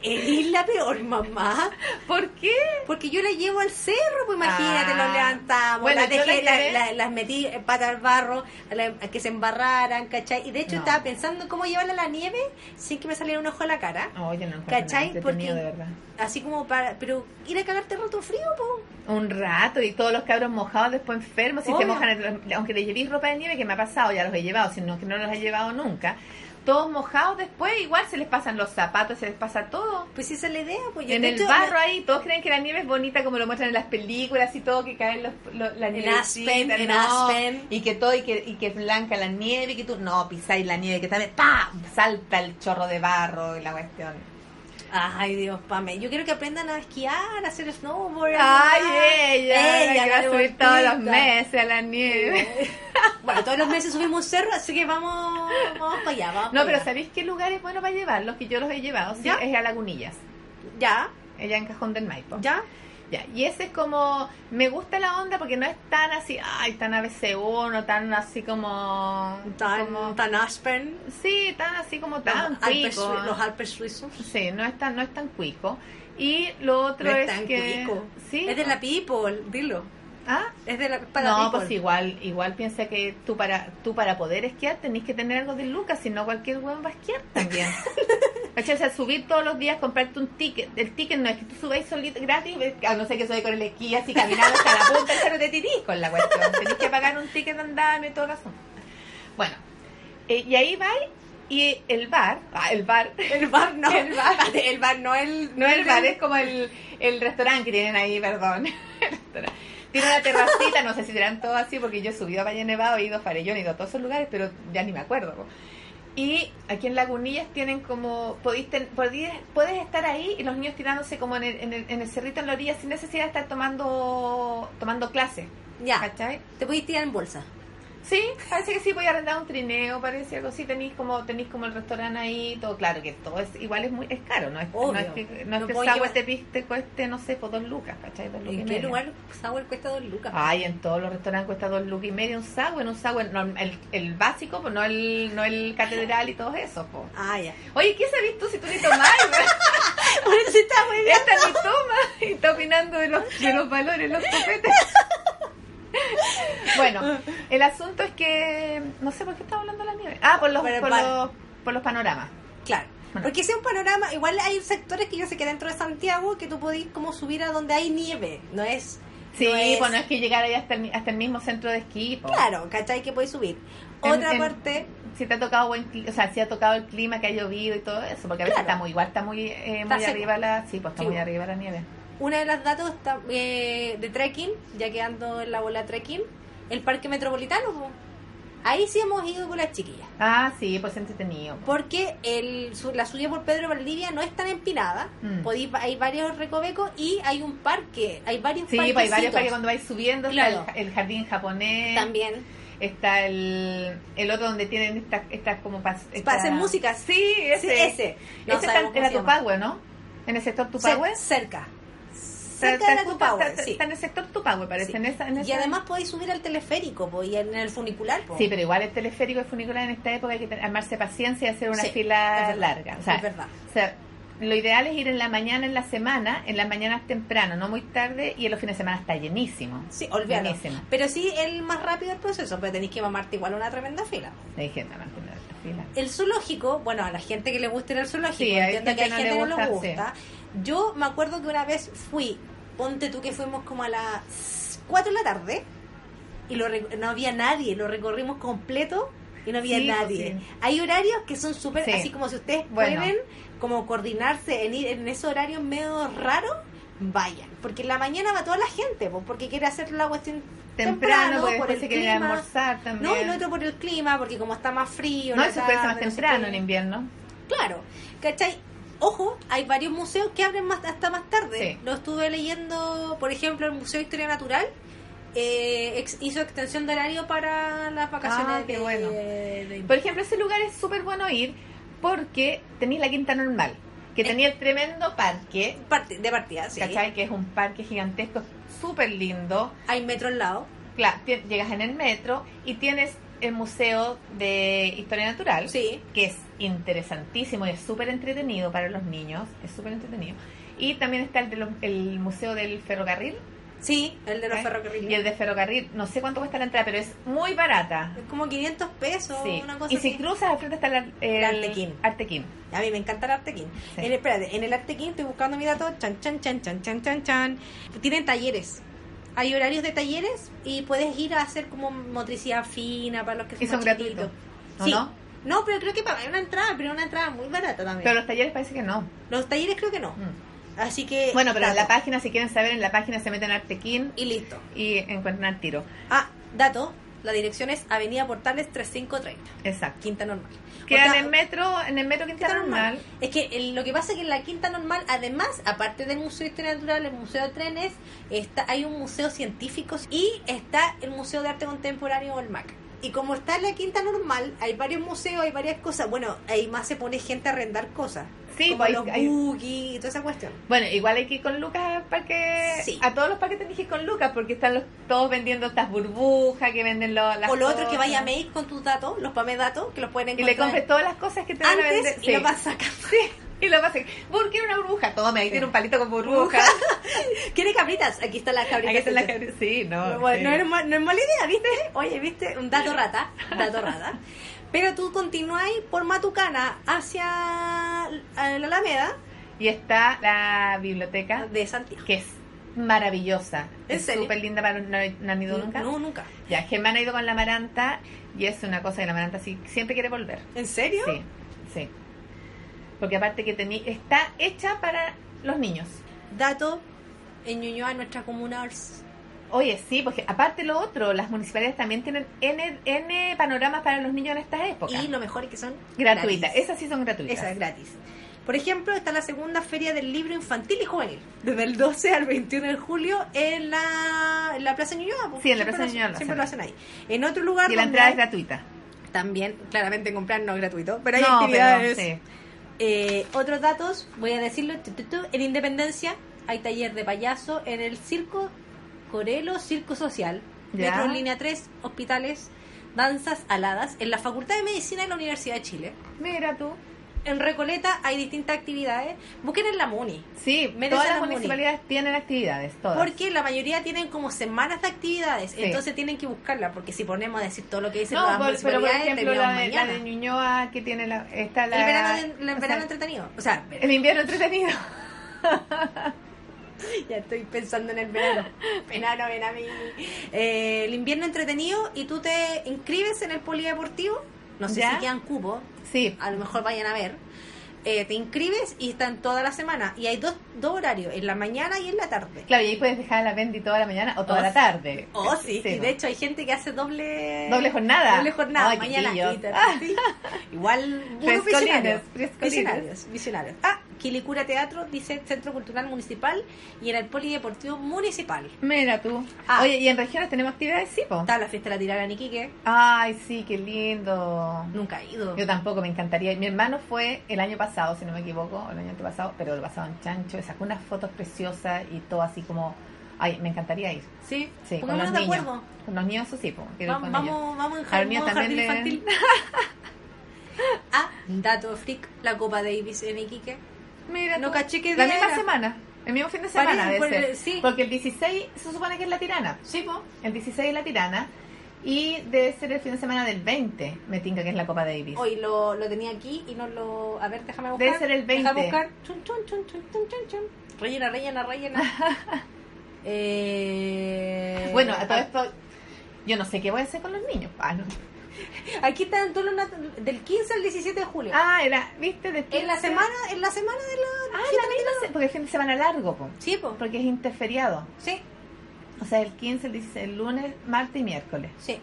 Speaker 2: Eres la peor mamá.
Speaker 1: ¿por qué?
Speaker 2: Porque yo la llevo al cerro, pues imagínate,
Speaker 1: Ah.
Speaker 2: nos levantamos,
Speaker 1: Bueno,
Speaker 2: las,
Speaker 1: yo
Speaker 2: dejé,
Speaker 1: la
Speaker 2: la-
Speaker 1: llevé-
Speaker 2: la- las metí en pata al barro, a, la- a que se embarraran, ¿cachai? Y de hecho
Speaker 1: No.
Speaker 2: estaba pensando cómo llevarla a la nieve sin que me saliera un ojo a la cara.
Speaker 1: Oye, no,
Speaker 2: ¿Cachai?
Speaker 1: ¿Cachai?
Speaker 2: Porque-
Speaker 1: de verdad.
Speaker 2: Así como para, pero ir a cagarte el rato frío, po.
Speaker 1: Un rato y todos los cabros mojados después enfermos, si te
Speaker 2: Obvio.
Speaker 1: mojan, el- aunque les llevéis ropa de nieve, que me ha pasado, ya los he llevado, sino que no los he llevado nunca. Todos mojados después, igual se les pasan los zapatos, se les pasa todo.
Speaker 2: Pues esa es la idea, pues. Yo,
Speaker 1: En
Speaker 2: de
Speaker 1: el
Speaker 2: hecho,
Speaker 1: barro ahí, todos creen que la nieve es bonita como lo muestran en las películas y todo, que caen los, lo- la nieve.
Speaker 2: Aspen, en Aspen.
Speaker 1: Y que todo, y que, y que es blanca la nieve, y que tú, no, pisáis la nieve, que también, ¡pa! Salta el chorro de barro y la cuestión.
Speaker 2: Ay, Dios, Pame. Yo quiero que aprendan a esquiar, a hacer snowboard. a
Speaker 1: Ay,
Speaker 2: nadar.
Speaker 1: ella, ella
Speaker 2: la
Speaker 1: va a subir todos los
Speaker 2: revoltita.
Speaker 1: meses a la nieve.
Speaker 2: Bueno, todos los meses subimos un cerro, así que vamos, vamos para allá. Vamos
Speaker 1: No,
Speaker 2: pa'
Speaker 1: pero
Speaker 2: allá.
Speaker 1: ¿sabéis qué lugar es bueno para llevarlos? Que yo los he llevado, sí,
Speaker 2: ¿Ya?
Speaker 1: es a Lagunillas,
Speaker 2: Ya,
Speaker 1: allá en Cajón del Maipo.
Speaker 2: ya.
Speaker 1: Ya, Y ese es como, me gusta la onda porque no es tan así, ay, tan ABC1, tan así como...
Speaker 2: Tan,
Speaker 1: como-
Speaker 2: tan Aspen.
Speaker 1: sí, tan así como tan
Speaker 2: Los Alpes,
Speaker 1: cuico.
Speaker 2: sui- los Alpes suizos.
Speaker 1: Sí, no es tan, no es tan cuico. Y lo otro
Speaker 2: No
Speaker 1: es,
Speaker 2: es tan
Speaker 1: que...
Speaker 2: cuico.
Speaker 1: Sí.
Speaker 2: Es de la people, dilo.
Speaker 1: Ah,
Speaker 2: Es de la para
Speaker 1: no,
Speaker 2: people.
Speaker 1: pues igual, igual piensa que tú para, tú para poder esquiar tenés que tener algo de lucas, si no cualquier hueón va a esquiar también. ¿Cachai? o sea, subir todos los días, comprarte un ticket. El ticket no es que tú subáis solito gratis, ves, a no sé que soy con el esquí así caminando hasta la punta, pero te tirís con la cuestión. Tenés que pagar un ticket de andame y todo el asunto. Bueno, eh, y ahí va y el bar, ah, el bar,
Speaker 2: El bar no.
Speaker 1: El bar.
Speaker 2: Espérate, <laughs> el bar no el.
Speaker 1: no el bar, es como el, el restaurante que tienen ahí, perdón. <laughs> El restaurante. Tiene una terracita, no sé si serán todo así, porque yo he subido a Valle Nevado, he ido a Farellón, he ido a todos esos lugares, pero ya ni me acuerdo. po. Y aquí en Lagunillas tienen como, podís ten- podís- puedes estar ahí y los niños tirándose como en el, en el, en el cerrito en la orilla sin necesidad de estar tomando, tomando clases,
Speaker 2: Ya.
Speaker 1: ¿cachai?
Speaker 2: Te podéis tirar en bolsa.
Speaker 1: Sí, parece que sí, voy a arrendar un trineo, parece algo así, tenéis como tenéis como el restaurante ahí, todo claro, que todo es igual es muy es caro, no es, no
Speaker 2: Obvio.
Speaker 1: es que, no es
Speaker 2: No
Speaker 1: que
Speaker 2: puedo
Speaker 1: esa
Speaker 2: llevar-
Speaker 1: te, pis- te cueste, no sé, por dos lucas, ¿cachai? Dos lucas y
Speaker 2: ¿En qué
Speaker 1: media.
Speaker 2: lugar Sour cuesta dos lucas?
Speaker 1: Ay, en todos los restaurantes cuesta dos lucas y media un sagüe, en un sagüe, no, el, el básico, pues no el, no el catedral y todo eso, po. <laughs>
Speaker 2: Ah, ya.
Speaker 1: Oye, ¿qué sabes tú si tú ni
Speaker 2: <laughs>
Speaker 1: tomás?
Speaker 2: Por eso está muy bien.
Speaker 1: Esta ni toma y está opinando de los, de los valores, los copetes. Bueno, el asunto es que no sé por qué estaba hablando de la nieve. Ah, por los,
Speaker 2: Por el
Speaker 1: por
Speaker 2: pan.
Speaker 1: los, por los panoramas.
Speaker 2: Claro.
Speaker 1: Bueno.
Speaker 2: Porque ese es un panorama, igual hay sectores que yo sé que dentro de Santiago que tú podís como subir a donde hay nieve, no es...
Speaker 1: Sí,
Speaker 2: no es-
Speaker 1: bueno, es que llegar ahí hasta el, mi- hasta el mismo centro de esquí. po.
Speaker 2: Claro, ¿cachai? Que podéis subir.
Speaker 1: Oh. En-
Speaker 2: Otra
Speaker 1: en-
Speaker 2: parte,
Speaker 1: Si te ha tocado buen, cli- o sea, si ha tocado el clima que ha llovido y todo eso, porque a veces
Speaker 2: Claro.
Speaker 1: está muy igual, está muy, eh,
Speaker 2: Está
Speaker 1: muy
Speaker 2: seco.
Speaker 1: arriba la, sí, pues está
Speaker 2: Sí,
Speaker 1: muy
Speaker 2: po.
Speaker 1: arriba la nieve.
Speaker 2: una de las datos ta- eh, de trekking, ya que ando en la bola trekking, el parque metropolitano, po. ahí sí hemos ido con las chiquillas.
Speaker 1: Ah, sí, pues entretenido. po.
Speaker 2: Porque el, su- la subida por Pedro Valdivia no es tan empinada,
Speaker 1: Mm.
Speaker 2: podí- hay varios recovecos y hay un parque, hay varios
Speaker 1: Sí, pues hay varios para que
Speaker 2: parquecitos
Speaker 1: cuando vais subiendo está
Speaker 2: Claro.
Speaker 1: el, el jardín japonés.
Speaker 2: también.
Speaker 1: está el, el otro donde tienen estas estas como para
Speaker 2: Para hacer música.
Speaker 1: Sí, ese.
Speaker 2: Sí, ese. No
Speaker 1: ese está
Speaker 2: sabemos
Speaker 1: en
Speaker 2: cómo
Speaker 1: la
Speaker 2: se llama.
Speaker 1: Tupahue, ¿no? En el sector Tupahue.
Speaker 2: Cer- cerca.
Speaker 1: Está-
Speaker 2: Cerca de
Speaker 1: está
Speaker 2: la
Speaker 1: justo-
Speaker 2: Tupahue,
Speaker 1: está-
Speaker 2: sí.
Speaker 1: Está en el sector Tupahue, parece.
Speaker 2: Sí.
Speaker 1: En esa, en
Speaker 2: Y
Speaker 1: esa-
Speaker 2: además podéis subir al teleférico po, y en el funicular. po.
Speaker 1: Sí, pero igual el teleférico y funicular en esta época hay que ten- armarse paciencia y hacer una
Speaker 2: Sí, es
Speaker 1: fila
Speaker 2: verdad,
Speaker 1: larga. O sea,
Speaker 2: es verdad.
Speaker 1: o sea, lo ideal es ir en la mañana, en la semana, en las mañanas temprano, no muy tarde, y en los fines de semana está llenísimo.
Speaker 2: Sí, olvídalo.
Speaker 1: Buenísimo.
Speaker 2: Pero sí, el más rápido el proceso, pero tenéis que mamarte igual una tremenda fila.
Speaker 1: Le dije, no, no, no, no, fila.
Speaker 2: El zoológico, bueno, a la gente que le gusta ir al zoológico,
Speaker 1: Sí, hay
Speaker 2: entiendo que hay
Speaker 1: gente
Speaker 2: gente
Speaker 1: que
Speaker 2: que
Speaker 1: no
Speaker 2: no
Speaker 1: le
Speaker 2: le
Speaker 1: gusta,
Speaker 2: gusta. Yo me acuerdo que una vez fui, ponte tú que fuimos como a las 4 de la tarde y lo, recor- no había nadie, lo recorrimos completo y no había
Speaker 1: Sí, pues,
Speaker 2: nadie.
Speaker 1: sí.
Speaker 2: Hay horarios que son súper,
Speaker 1: Sí.
Speaker 2: así como si ustedes
Speaker 1: Bueno.
Speaker 2: pueden como coordinarse en ir en esos horarios medio raros, vayan. Porque en la mañana va toda la gente, pues, porque quiere hacer la cuestión
Speaker 1: Temprano,
Speaker 2: temprano,
Speaker 1: porque
Speaker 2: por
Speaker 1: después
Speaker 2: el
Speaker 1: se quieren
Speaker 2: clima.
Speaker 1: almorzar también.
Speaker 2: No, y no otro por el clima, porque como está más frío.
Speaker 1: No,
Speaker 2: la
Speaker 1: eso puede ser más
Speaker 2: tarde, no sé
Speaker 1: temprano
Speaker 2: qué.
Speaker 1: en invierno.
Speaker 2: Claro, ¿cachai? Ojo, hay varios museos que abren más, hasta más tarde.
Speaker 1: Sí.
Speaker 2: Lo estuve leyendo, por ejemplo, el Museo de Historia Natural. eh, ex- hizo extensión de horario para las vacaciones
Speaker 1: Ah, qué
Speaker 2: de,
Speaker 1: bueno.
Speaker 2: de-
Speaker 1: Por ejemplo, ese lugar es súper bueno ir porque tenéis la Quinta Normal, que
Speaker 2: Eh.
Speaker 1: tenía el tremendo parque,
Speaker 2: parte- de partida, sí.
Speaker 1: ¿cachai? Que es un parque gigantesco, súper lindo.
Speaker 2: Hay metro al lado.
Speaker 1: Claro, ti- llegas en el metro y tienes el Museo de Historia Natural,
Speaker 2: Sí.
Speaker 1: que es interesantísimo y es súper entretenido para los niños, es súper entretenido. Y también está el, de los- el Museo del Ferrocarril.
Speaker 2: Sí, el de los
Speaker 1: ¿eh?
Speaker 2: ferrocarriles.
Speaker 1: Y el de ferrocarril, no sé cuánto cuesta la entrada, pero es muy barata.
Speaker 2: Es como 500 pesos,
Speaker 1: Sí.
Speaker 2: una cosa
Speaker 1: Y si
Speaker 2: así.
Speaker 1: cruzas al frente está la- el
Speaker 2: Artequín.
Speaker 1: Artequín.
Speaker 2: A mí me encanta el Artequín.
Speaker 1: Sí.
Speaker 2: En, espérate, en el Artequín estoy buscando mi dato. Chan, chan, chan, chan, chan, chan, chan. Tienen talleres. Hay horarios de talleres y puedes ir a hacer como motricidad fina para los que
Speaker 1: Y son
Speaker 2: más
Speaker 1: gratuitos. ¿O
Speaker 2: Sí.
Speaker 1: no?
Speaker 2: No, pero creo que pagar una entrada, pero una entrada muy barata también.
Speaker 1: Pero los talleres parece que no.
Speaker 2: Los talleres creo que no.
Speaker 1: Mm.
Speaker 2: Así que.
Speaker 1: Bueno, pero en la
Speaker 2: dato.
Speaker 1: página, si quieren saber, en la página se meten Artequín
Speaker 2: Y listo.
Speaker 1: y encuentran al tiro.
Speaker 2: Ah, dato. La dirección es Avenida Portales 3530,
Speaker 1: Exacto.
Speaker 2: Quinta Normal.
Speaker 1: Quedan
Speaker 2: Otra-
Speaker 1: en metro, en el metro Quinta
Speaker 2: Quinta
Speaker 1: Normal.
Speaker 2: Normal. Es que eh, lo que pasa es que en la Quinta Normal, además, aparte del Museo de Historia Natural, el Museo de Trenes, está, hay un museo científico y está el Museo de Arte Contemporáneo, el MAC. Y como está en la Quinta Normal, hay varios museos, hay varias cosas. Bueno, ahí más se pone gente a arrendar cosas.
Speaker 1: Sí,
Speaker 2: como
Speaker 1: pues,
Speaker 2: los
Speaker 1: hay-
Speaker 2: buggy y toda esa cuestión.
Speaker 1: Bueno, igual hay que ir con Lucas al parque.
Speaker 2: Sí.
Speaker 1: A todos los parques tenés que ir con Lucas porque están los, todos vendiendo estas burbujas que venden lo- las
Speaker 2: o lo otro que
Speaker 1: cosas.
Speaker 2: vaya a Mail con tus datos, los PAME datos, que los pueden
Speaker 1: Y le
Speaker 2: encontrar
Speaker 1: compres todas las cosas que te van a vender.
Speaker 2: antes
Speaker 1: <laughs>
Speaker 2: y
Speaker 1: Sí.
Speaker 2: los vas sacando.
Speaker 1: Y lo pasa. Burr quiere una burbuja. Toma, ahí
Speaker 2: Sí.
Speaker 1: tiene un palito con burbujas.
Speaker 2: <laughs> ¿Quiere cabritas? Aquí están las cabritas.
Speaker 1: Ahí está la
Speaker 2: hechas.
Speaker 1: gente. Sí, no.
Speaker 2: No, bueno,
Speaker 1: sí.
Speaker 2: no, es ma- no es mala idea, ¿viste? <laughs> Oye, ¿viste? Un dato rata, dato rata. Pero tú continuáis por Matucana hacia eh, la Alameda
Speaker 1: Y está la biblioteca,
Speaker 2: de Santiago.
Speaker 1: que es maravillosa.
Speaker 2: ¿En
Speaker 1: Es
Speaker 2: serio?
Speaker 1: súper linda para no, no han ido nunca.
Speaker 2: No, nunca.
Speaker 1: Ya, Germán ha ido con la Maranta y es una cosa que la Maranta sí, siempre quiere volver.
Speaker 2: ¿En serio?
Speaker 1: Sí, sí. Porque aparte que tenía, está hecha para los niños.
Speaker 2: Dato en Ñuñoa, nuestra comuna.
Speaker 1: Oye, sí, porque aparte lo otro, las municipalidades también tienen N, N panoramas para los niños en estas épocas.
Speaker 2: Y lo mejor es que son
Speaker 1: gratuitas,
Speaker 2: gratis.
Speaker 1: esas sí son gratuitas.
Speaker 2: Esa es gratis. Por ejemplo, está la segunda feria del libro infantil y juvenil, desde el 12 al 21 de julio en la, en la Plaza Ñuñoa. pues,
Speaker 1: Sí, en la
Speaker 2: siempre
Speaker 1: Plaza
Speaker 2: lo-
Speaker 1: Ñuñoa lo
Speaker 2: Siempre lo
Speaker 1: hacen.
Speaker 2: hacen ahí. En otro lugar
Speaker 1: Y la
Speaker 2: donde
Speaker 1: entrada es
Speaker 2: hay-
Speaker 1: gratuita.
Speaker 2: también, claramente comprar no es gratuito, pero hay
Speaker 1: No,
Speaker 2: actividades.
Speaker 1: pero sí.
Speaker 2: Eh, otros datos, voy a decirlo, tu, tu, tu. en Independencia hay taller de payaso, en el circo Corelo, circo social,
Speaker 1: Ya.
Speaker 2: metro línea 3, hospitales, danzas aladas, en la Facultad de Medicina de la Universidad de Chile.
Speaker 1: Mira tú.
Speaker 2: En Recoleta hay distintas actividades. Busquen en la MUNI.
Speaker 1: Sí,
Speaker 2: Merece
Speaker 1: todas
Speaker 2: la
Speaker 1: las
Speaker 2: Muni.
Speaker 1: municipalidades tienen actividades, todas.
Speaker 2: Porque la mayoría tienen como semanas de actividades,
Speaker 1: Sí.
Speaker 2: entonces tienen que buscarla, porque si ponemos a decir todo lo que dicen
Speaker 1: no,
Speaker 2: las
Speaker 1: por- pero por
Speaker 2: municipalidades,
Speaker 1: ejemplo la
Speaker 2: terminamos
Speaker 1: de, la
Speaker 2: mañana.
Speaker 1: de Ñuñoa que tiene la, está la
Speaker 2: el verano, de- el
Speaker 1: o sea,
Speaker 2: verano entretenido. O sea,
Speaker 1: el
Speaker 2: <laughs>
Speaker 1: invierno entretenido.
Speaker 2: Ya estoy pensando en el verano. Verano, ven a mí. Eh, el invierno entretenido y tú te inscribes en el polideportivo. No sé
Speaker 1: ¿Ya?
Speaker 2: si quedan cupos,
Speaker 1: Sí,
Speaker 2: a lo mejor vayan a ver. Eh, te inscribes y están toda la semana. Y hay dos, dos horarios, en la mañana y en la tarde.
Speaker 1: claro, y ahí puedes dejar a la Bendy toda la mañana o toda
Speaker 2: Oh,
Speaker 1: la
Speaker 2: sí.
Speaker 1: tarde.
Speaker 2: Oh, sí. y
Speaker 1: ¿no?
Speaker 2: de hecho hay gente que hace doble...
Speaker 1: Doble jornada.
Speaker 2: Doble jornada,
Speaker 1: Ay, qué
Speaker 2: mañana
Speaker 1: pillos.
Speaker 2: y tarde, sí. Igual, puro
Speaker 1: Frescolines,
Speaker 2: visionarios.
Speaker 1: frescolines.
Speaker 2: Visionarios, visionarios. Ah, Quilicura Teatro, dice Centro Cultural Municipal y en el Polideportivo Municipal.
Speaker 1: Mira tú.
Speaker 2: Ah.
Speaker 1: Oye, ¿y en regiones tenemos actividades? Sí, po.
Speaker 2: Está la fiesta de la tirana en Iquique.
Speaker 1: Ay, sí, qué lindo.
Speaker 2: Nunca he ido.
Speaker 1: Yo tampoco, me encantaría. Mi hermano fue el año pasado, si no me equivoco, o el año antepasado, pero lo pasado en Chancho, y sacó unas fotos preciosas y todo así como... Ay, me encantaría ir.
Speaker 2: Sí,
Speaker 1: Sí, con los
Speaker 2: pongámonos de
Speaker 1: niños.
Speaker 2: acuerdo.
Speaker 1: Con los niños, eso sí, po, quiero ir
Speaker 2: Vamos,
Speaker 1: con ellos.
Speaker 2: vamos, vamos en
Speaker 1: Al mío
Speaker 2: jardín, jardín
Speaker 1: también le-
Speaker 2: infantil. <laughs> ah, dato freak, la Copa Davis en Iquique.
Speaker 1: Mira,
Speaker 2: No
Speaker 1: tú.
Speaker 2: caché qué
Speaker 1: La
Speaker 2: día
Speaker 1: misma
Speaker 2: era.
Speaker 1: semana, el mismo fin de
Speaker 2: Parece,
Speaker 1: semana, debe
Speaker 2: por el-
Speaker 1: ser.
Speaker 2: sí.
Speaker 1: Porque el 16 se supone que es la tirana.
Speaker 2: Sí, po.
Speaker 1: El 16 es la tirana y debe ser el fin de semana del 20, me tinca que es la Copa Davis.
Speaker 2: Hoy lo, lo tenía aquí y no lo... A ver, déjame buscar.
Speaker 1: Debe ser el 20.
Speaker 2: Déjame buscar. Chun, chun, chun, chun, chun, chun, chun. Rellena, rellena, rellena.
Speaker 1: <laughs>
Speaker 2: eh...
Speaker 1: Bueno, a todo
Speaker 2: ah,
Speaker 1: esto, yo no sé qué voy a hacer con los niños. Ah, no.
Speaker 2: Aquí está en torno a una- del 15 al 17 de julio.
Speaker 1: Ah, era, viste, después.
Speaker 2: en la semana, en la semana de la.
Speaker 1: Ah, la misma se- porque es fin de semana largo, po,
Speaker 2: Sí, po.
Speaker 1: porque es interferiado.
Speaker 2: Sí,
Speaker 1: O sea, el 15, el 16, el lunes, martes y miércoles.
Speaker 2: sí.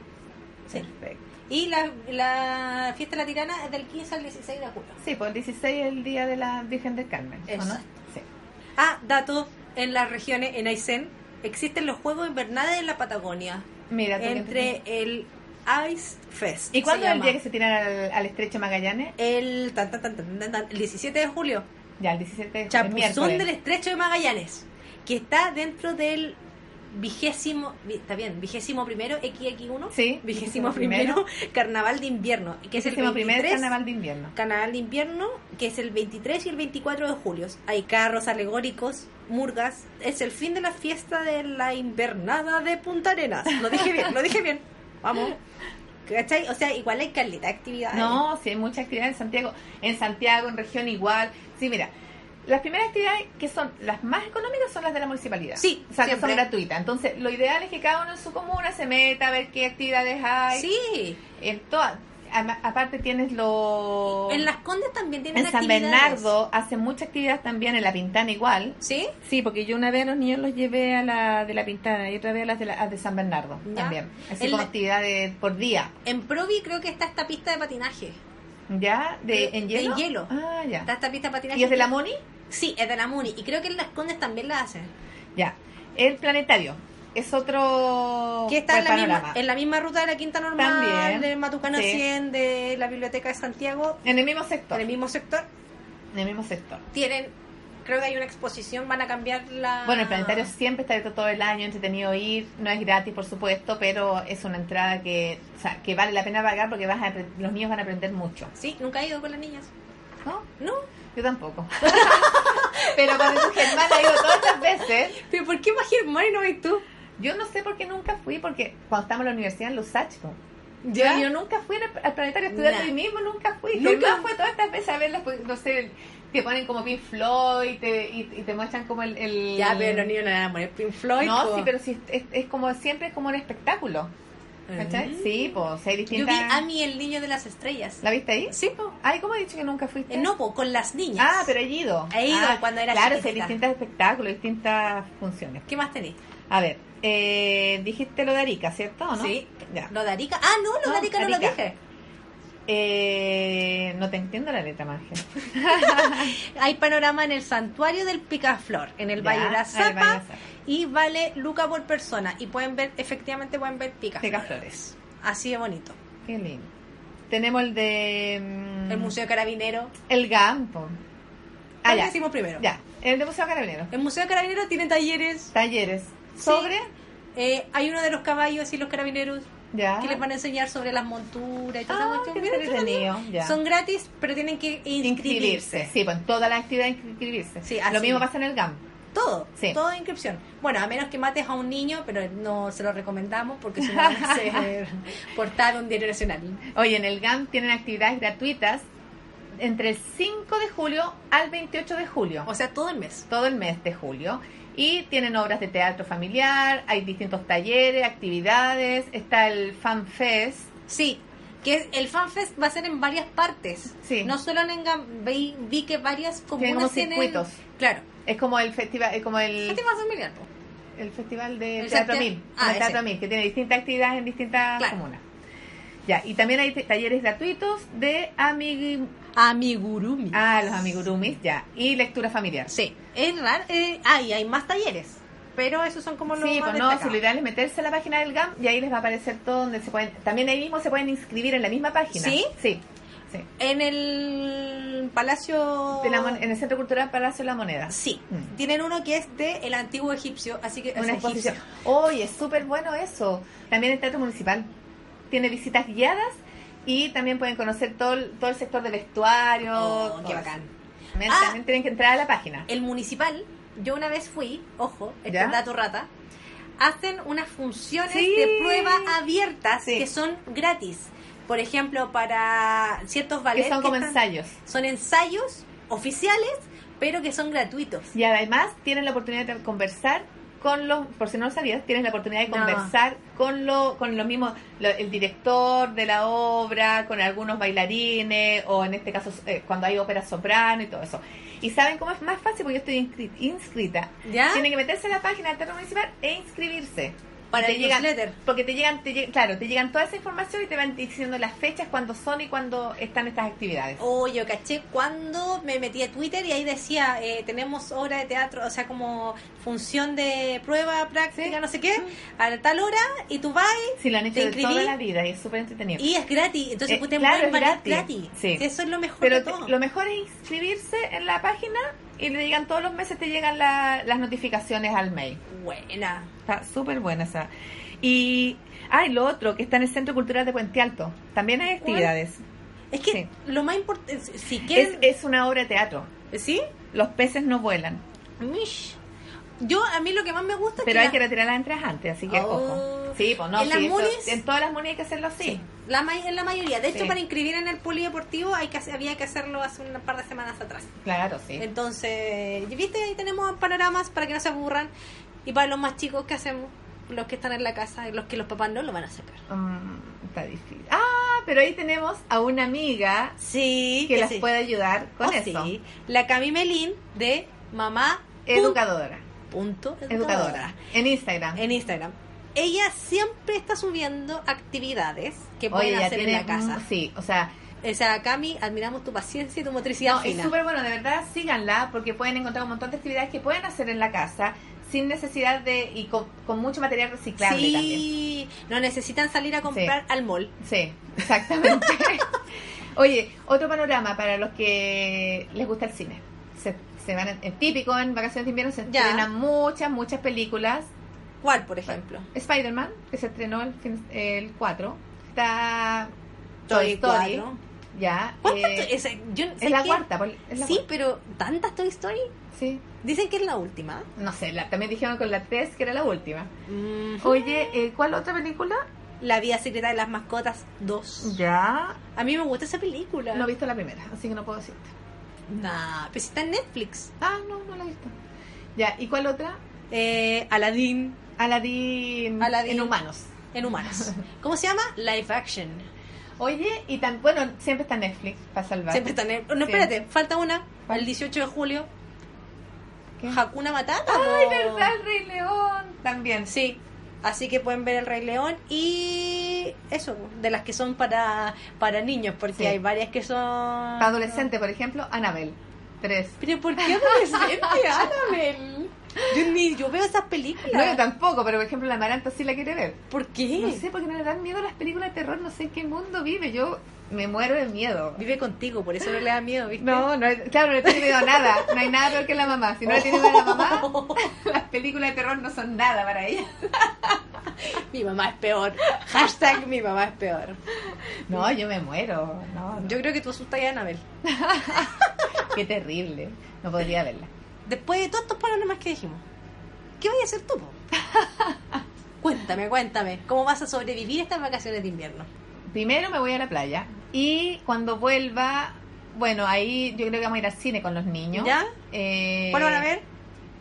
Speaker 2: Sí.
Speaker 1: Perfecto.
Speaker 2: Y la, la fiesta de la tirana es del 15 al 16 de julio.
Speaker 1: Sí, pues el 16 es el día de la Virgen del Carmen. ¿o no?
Speaker 2: Exacto.
Speaker 1: Sí.
Speaker 2: Ah, dato, en las regiones, en Aysén, existen los Juegos Invernales en la Patagonia,
Speaker 1: Mira, tú que
Speaker 2: entre
Speaker 1: entendiste.
Speaker 2: el Ice Fest.
Speaker 1: ¿Y cuándo
Speaker 2: se
Speaker 1: es el
Speaker 2: llama.
Speaker 1: día que se tiran al, al estrecho Magallanes?
Speaker 2: El, tan, tan, tan, tan, tan, tan, el 17 de julio,
Speaker 1: Ya, el 17 de el
Speaker 2: Chapuzón
Speaker 1: miércoles.
Speaker 2: del Estrecho de Magallanes, que está dentro del vigésimo, vi- está bien, vigésimo primero XX1,
Speaker 1: Sí,
Speaker 2: vigésimo
Speaker 1: vigésimo
Speaker 2: primero <laughs> Carnaval de Invierno, que es el
Speaker 1: Vigésimo primer
Speaker 2: 23
Speaker 1: carnaval de invierno.
Speaker 2: Canal de Invierno, que es el 23 y el 24 de julio. Hay carros alegóricos, murgas. Es el fin de la fiesta de la invernada de Punta Arenas. Lo dije bien, lo dije bien. Vamos. ¿Cachai? O sea, igual hay calidad de actividades.
Speaker 1: No, sí, hay mucha actividad en Santiago. En Santiago, en región igual. Sí, mira. Las primeras actividades que son las más económicas son las de la municipalidad.
Speaker 2: Sí,
Speaker 1: o sea, que
Speaker 2: siempre.
Speaker 1: son gratuitas. Entonces, lo ideal es que cada uno en su comuna se meta a ver qué actividades hay.
Speaker 2: Sí.
Speaker 1: En todas. Ama- Aparte tienes los...
Speaker 2: En Las Condes también tienen
Speaker 1: En San
Speaker 2: actividades.
Speaker 1: Bernardo hacen mucha actividad también, en La Pintana igual.
Speaker 2: ¿Sí?
Speaker 1: Sí, porque yo una vez a los niños los llevé a la de La Pintana y otra vez a las de, la- a de San Bernardo
Speaker 2: Ya.
Speaker 1: también. Así
Speaker 2: En
Speaker 1: como
Speaker 2: la-
Speaker 1: actividades por día.
Speaker 2: En Provi creo que está esta pista de patinaje.
Speaker 1: ¿Ya? De, ¿En
Speaker 2: De
Speaker 1: hielo?
Speaker 2: hielo.
Speaker 1: Ah, ya.
Speaker 2: Está esta pista de patinaje.
Speaker 1: ¿Y es de la
Speaker 2: que-
Speaker 1: Moni?
Speaker 2: Sí, es de la Muni. Y creo que en Las Condes también la hacen.
Speaker 1: Ya. El planetario es otro
Speaker 2: que está en la, misma,
Speaker 1: panorama.
Speaker 2: en la misma ruta de la Quinta Normal,
Speaker 1: También.
Speaker 2: de Matucana
Speaker 1: Sí.
Speaker 2: 100, de la Biblioteca de Santiago,
Speaker 1: En el mismo sector.
Speaker 2: en el mismo sector,
Speaker 1: En el mismo sector.
Speaker 2: tienen, creo que hay una exposición, van a cambiar la...
Speaker 1: Bueno, el
Speaker 2: Ah.
Speaker 1: planetario siempre está abierto todo el año, entretenido ir, no es gratis por supuesto, pero es una entrada que, o sea, que vale la pena pagar porque vas a, apre- los niños van a aprender mucho,
Speaker 2: Sí, nunca he ido con las niñas.
Speaker 1: ¿no?
Speaker 2: No,
Speaker 1: Yo
Speaker 2: <laughs>
Speaker 1: tampoco. pero cuando tu Germán ha ido todas las veces,
Speaker 2: pero ¿por qué va Germán y no ves tú?
Speaker 1: yo no sé por qué nunca fui, porque cuando estábamos en la universidad en Lusach, po,
Speaker 2: ¿Ya?
Speaker 1: Yo nunca fui al, al planetario a estudiar
Speaker 2: Nah.
Speaker 1: ahí mismo, nunca fui.
Speaker 2: Nunca.
Speaker 1: Nunca fue todas estas veces a verlas, pues, no sé, te ponen como Pink Floyd te- y, y te muestran como el... el-
Speaker 2: Ya, pero los niños no van a poner Pink Floyd.
Speaker 1: No,
Speaker 2: po.
Speaker 1: sí, pero sí, es, es como siempre es como un espectáculo. ¿Cachai?
Speaker 2: Mm.
Speaker 1: Sí, pues hay
Speaker 2: Yo
Speaker 1: distintas...
Speaker 2: vi a mí el niño de las estrellas.
Speaker 1: ¿La viste ahí?
Speaker 2: Sí, po.
Speaker 1: Ay, ¿cómo he dicho que nunca fuiste?
Speaker 2: Eh, no, po, con las niñas.
Speaker 1: Ah, pero he ido.
Speaker 2: He ido
Speaker 1: Ah,
Speaker 2: cuando era
Speaker 1: Claro, sí, hay
Speaker 2: chiquitita.
Speaker 1: distintos espectáculos, distintas funciones.
Speaker 2: ¿Qué más tenés?
Speaker 1: A ver, eh, dijiste lo de Arica, ¿cierto? ¿O no?
Speaker 2: Sí.
Speaker 1: Ya.
Speaker 2: ¿Lo de Arica? Ah, no, lo
Speaker 1: No,
Speaker 2: de Arica no lo
Speaker 1: Arica.
Speaker 2: dije.
Speaker 1: Eh, no te entiendo la letra, Margen.
Speaker 2: Hay panorama en el santuario del Picaflor, en el
Speaker 1: Ya,
Speaker 2: Valle de la
Speaker 1: en el Valle de la
Speaker 2: Zapa,
Speaker 1: Zapa.
Speaker 2: y vale luca por persona. Y pueden ver, efectivamente pueden ver picaflores.
Speaker 1: Picaflores.
Speaker 2: Así de bonito.
Speaker 1: Qué lindo. Tenemos el de. mm,
Speaker 2: El Museo Carabinero.
Speaker 1: El Gampo.
Speaker 2: Ah,
Speaker 1: Ah,
Speaker 2: lo
Speaker 1: ya.
Speaker 2: hicimos primero.
Speaker 1: Ya. El de Museo Carabineros.
Speaker 2: El Museo Carabinero tiene talleres.
Speaker 1: Talleres. Sobre.
Speaker 2: eh, hay uno de los caballos y los carabineros
Speaker 1: Ya.
Speaker 2: que les van a enseñar sobre las monturas y toda esa
Speaker 1: Ah,
Speaker 2: cuestión.
Speaker 1: qué
Speaker 2: Mira, está
Speaker 1: entretenido,
Speaker 2: bien.
Speaker 1: ya.
Speaker 2: Son gratis, pero tienen que inscribirse.
Speaker 1: Inscribirse. Sí, pues en todas las actividades inscribirse.
Speaker 2: Sí, así
Speaker 1: Lo mismo
Speaker 2: es.
Speaker 1: pasa en el GAM.
Speaker 2: Todo,
Speaker 1: Sí.
Speaker 2: todo de inscripción. Bueno, a menos que mates a un niño, pero no se lo recomendamos porque si
Speaker 1: <laughs>
Speaker 2: no van a ser portada de un diario nacional.
Speaker 1: Oye, en el GAM tienen actividades gratuitas entre el 5 de julio al 28 de julio.
Speaker 2: O sea, todo el mes.
Speaker 1: todo el mes de julio. Y tienen obras de teatro familiar, hay distintos talleres, actividades, está el Fan Fest.
Speaker 2: Sí, que es- el FanFest va a ser en varias partes.
Speaker 1: Sí.
Speaker 2: No solo en Gam- vi, vi que varias
Speaker 1: Tienen
Speaker 2: comunas
Speaker 1: como
Speaker 2: tienen...
Speaker 1: circuitos.
Speaker 2: Claro.
Speaker 1: Es como el festival, es como el,
Speaker 2: Fátima familiar. po.
Speaker 1: el festival de
Speaker 2: El
Speaker 1: Teatro
Speaker 2: Santiago-
Speaker 1: Mil,
Speaker 2: Ah,
Speaker 1: de
Speaker 2: ese.
Speaker 1: Teatro Mil, que tiene distintas actividades en distintas
Speaker 2: Claro.
Speaker 1: comunas. Ya, y también hay t- talleres gratuitos de amigui,
Speaker 2: Amigurumi.
Speaker 1: ah, los amigurumis, ya, y lectura familiar.
Speaker 2: Sí, es raro. eh, ah, y hay más talleres. Pero esos son como los
Speaker 1: Sí,
Speaker 2: más
Speaker 1: pues no, si
Speaker 2: destacados.
Speaker 1: lo ideal es meterse a la página del GAM y ahí les va a aparecer todo donde se pueden, también ahí mismo se pueden inscribir en la misma página.
Speaker 2: ¿Sí?
Speaker 1: Sí, sí.
Speaker 2: En el Palacio...
Speaker 1: De la mon- en el Centro Cultural Palacio de la Moneda.
Speaker 2: Sí,
Speaker 1: Mm.
Speaker 2: tienen uno que es de el antiguo egipcio, así que es
Speaker 1: Una exposición. Oye, es súper bueno eso. También el Teatro Municipal. Tiene visitas guiadas y también pueden conocer todo el, todo el sector de vestuario.
Speaker 2: Oh,
Speaker 1: todo
Speaker 2: qué
Speaker 1: eso.
Speaker 2: bacán.
Speaker 1: También,
Speaker 2: Ah.
Speaker 1: también tienen que entrar a la página.
Speaker 2: El municipal, yo una vez fui, ojo, este
Speaker 1: ¿Ya?
Speaker 2: es dato rata, hacen unas funciones
Speaker 1: Sí.
Speaker 2: de prueba abiertas
Speaker 1: Sí.
Speaker 2: que son gratis. Por ejemplo, para ciertos valores
Speaker 1: que son como ensayos.
Speaker 2: son ensayos oficiales, pero que son gratuitos.
Speaker 1: Y además tienen la oportunidad de conversar con los, por si no lo sabías, tienes la oportunidad de
Speaker 2: No.
Speaker 1: conversar con lo, con los mismos, lo- el director de la obra, con algunos bailarines, o en este caso eh, cuando hay ópera soprano y todo eso. Y saben cómo es más fácil, porque yo estoy inscri- inscrita.
Speaker 2: ¿Ya?
Speaker 1: Tienen que meterse a la página del Teatro Municipal e inscribirse.
Speaker 2: Para
Speaker 1: Y
Speaker 2: el
Speaker 1: llegan-
Speaker 2: newsletter.
Speaker 1: Porque te llegan, te lleg- claro, te llegan toda esa información y te van diciendo las fechas, cuándo son y cuándo están estas actividades.
Speaker 2: Oh, yo caché cuando me metí a Twitter y ahí decía, eh, tenemos obra de teatro, o sea, como función de prueba, práctica,
Speaker 1: Sí.
Speaker 2: no sé qué, a tal hora, y tú vas
Speaker 1: Si lo han hecho
Speaker 2: te
Speaker 1: de toda
Speaker 2: inscribí.
Speaker 1: la vida y es súper entretenido.
Speaker 2: y es gratis. Entonces,
Speaker 1: Eh,
Speaker 2: puta,
Speaker 1: claro,
Speaker 2: muy
Speaker 1: es
Speaker 2: barato, es
Speaker 1: gratis.
Speaker 2: gratis.
Speaker 1: Sí.
Speaker 2: Si Eso es lo mejor de
Speaker 1: Pero
Speaker 2: todo.
Speaker 1: te- lo mejor es inscribirse en la página y le llegan todos los meses, te llegan la- las notificaciones al mail.
Speaker 2: Buena.
Speaker 1: Está súper buena esa. Y, ah, y lo otro, que está en el Centro Cultural de Puente Alto. También hay actividades.
Speaker 2: Es que
Speaker 1: Sí.
Speaker 2: lo más importante, si
Speaker 1: Es,
Speaker 2: quieren...
Speaker 1: es una obra de teatro.
Speaker 2: ¿Sí?
Speaker 1: Los peces no vuelan.
Speaker 2: Mish. Yo, a mí lo que más me gusta
Speaker 1: Pero
Speaker 2: es
Speaker 1: hay que retirar las entradas antes, así que
Speaker 2: Ah, Oh.
Speaker 1: ojo. Sí, pues no,
Speaker 2: ¿En las
Speaker 1: sí, eso-
Speaker 2: munis?
Speaker 1: en todas las munis hay que hacerlo así.
Speaker 2: Sí, la ma- en la mayoría. De hecho,
Speaker 1: Sí.
Speaker 2: para inscribir en el polideportivo hay que, hacer- había que hacerlo hace un par de semanas atrás.
Speaker 1: Claro, sí.
Speaker 2: Entonces, ¿viste? Ahí tenemos panoramas para que no se aburran. Y para los más chicos, ¿qué hacemos? Los que están en la casa, los que los papás no lo van a sacar.
Speaker 1: Mm, está difícil. Ah, pero ahí tenemos a una amiga
Speaker 2: Sí,
Speaker 1: que las
Speaker 2: sí.
Speaker 1: puede ayudar con
Speaker 2: Oh,
Speaker 1: eso.
Speaker 2: sí. La Cami Melín de mamá
Speaker 1: Educadora.
Speaker 2: punto
Speaker 1: Educadora. En Instagram.
Speaker 2: en Instagram. Ella siempre está subiendo actividades que pueden
Speaker 1: ya
Speaker 2: hacer en la casa.
Speaker 1: mm, Sí, o sea,
Speaker 2: O sea, Cami, admiramos tu paciencia y tu motricidad
Speaker 1: no, es
Speaker 2: fina.
Speaker 1: súper bueno, de verdad, síganla porque pueden encontrar un montón de actividades que pueden hacer en la casa sin necesidad de, y con, con mucho material reciclable también.
Speaker 2: sí, no necesitan salir a comprar al mall.
Speaker 1: Sí, exactamente. <laughs> Oye, otro panorama para los que les gusta el cine. Se, se van, es típico en vacaciones de invierno, se
Speaker 2: Ya.
Speaker 1: estrenan muchas, muchas películas.
Speaker 2: ¿Cuál, por ejemplo?
Speaker 1: Spider-Man, que se estrenó el, fin- el 4. Está Toy
Speaker 2: Toy
Speaker 1: Story.
Speaker 2: cuatro.
Speaker 1: Ya.
Speaker 2: ¿Cuántas
Speaker 1: eh,
Speaker 2: Toy- esa- yo-
Speaker 1: es
Speaker 2: ¿sabes
Speaker 1: la
Speaker 2: qué?
Speaker 1: cuarta. por- Es la
Speaker 2: sí,
Speaker 1: cuarta.
Speaker 2: pero ¿tantas Toy Story?
Speaker 1: Sí.
Speaker 2: Dicen que es la última.
Speaker 1: No sé, la- también dijeron con la 3 que era la última.
Speaker 2: Mm,
Speaker 1: Oye, eh, ¿cuál otra película?
Speaker 2: La vida secreta de las mascotas 2.
Speaker 1: Ya.
Speaker 2: A mí me gusta esa película.
Speaker 1: No he visto la primera, así que no puedo decirte.
Speaker 2: Nah, pero si está en Netflix.
Speaker 1: Ah, no, no la he visto. Ya, ¿y cuál otra?
Speaker 2: Eh, Aladdin
Speaker 1: Aladdin,
Speaker 2: Aladdin.
Speaker 1: en humanos. <laughs>
Speaker 2: en humanos. ¿Cómo se llama? Live Action.
Speaker 1: Oye, y tan, bueno, siempre está Netflix para salvar.
Speaker 2: Siempre está en Netflix. No,
Speaker 1: Sí.
Speaker 2: espérate, falta una.
Speaker 1: ¿Cuál?
Speaker 2: El 18 de julio.
Speaker 1: ¿Qué?
Speaker 2: Hakuna Matata.
Speaker 1: Ay,
Speaker 2: po.
Speaker 1: verdad, el Rey León también.
Speaker 2: Sí, así que pueden ver El Rey León y eso, de las que son para, para niños, porque
Speaker 1: Sí.
Speaker 2: hay varias que son...
Speaker 1: Para adolescente, por ejemplo, Annabelle. Tres.
Speaker 2: Pero ¿por qué
Speaker 1: <laughs>
Speaker 2: adolescente, Annabel? Yo, ni, yo veo esas películas.
Speaker 1: No, yo tampoco, pero por ejemplo, la Amaranta sí la quiere ver.
Speaker 2: ¿Por qué?
Speaker 1: No sé, porque no le dan miedo las películas de terror, no sé en qué mundo vive. Yo me muero de miedo.
Speaker 2: Vive contigo, por eso no le da miedo, ¿viste? <laughs>
Speaker 1: No, no, claro, no le tiene miedo a nada. No hay nada peor que la mamá. Si no le tiene miedo a la mamá, <laughs> las películas de terror no son nada para ella.
Speaker 2: Mi mamá es
Speaker 1: <laughs>
Speaker 2: peor. Hashtag mi mamá es peor.
Speaker 1: No, yo me muero. No, no.
Speaker 2: Yo creo que tú asustas a Annabel.
Speaker 1: Qué terrible. No podría verla.
Speaker 2: Después de todos estos panoramas que dijimos, ¿qué vas a
Speaker 1: <laughs>
Speaker 2: hacer tú? po? cuéntame, cuéntame, ¿cómo vas a sobrevivir estas vacaciones de invierno?
Speaker 1: Primero me voy a la playa y cuando vuelva, bueno, ahí yo creo que vamos a ir al cine con los niños.
Speaker 2: ¿Ya?
Speaker 1: Eh,
Speaker 2: ¿Cuál van a ver?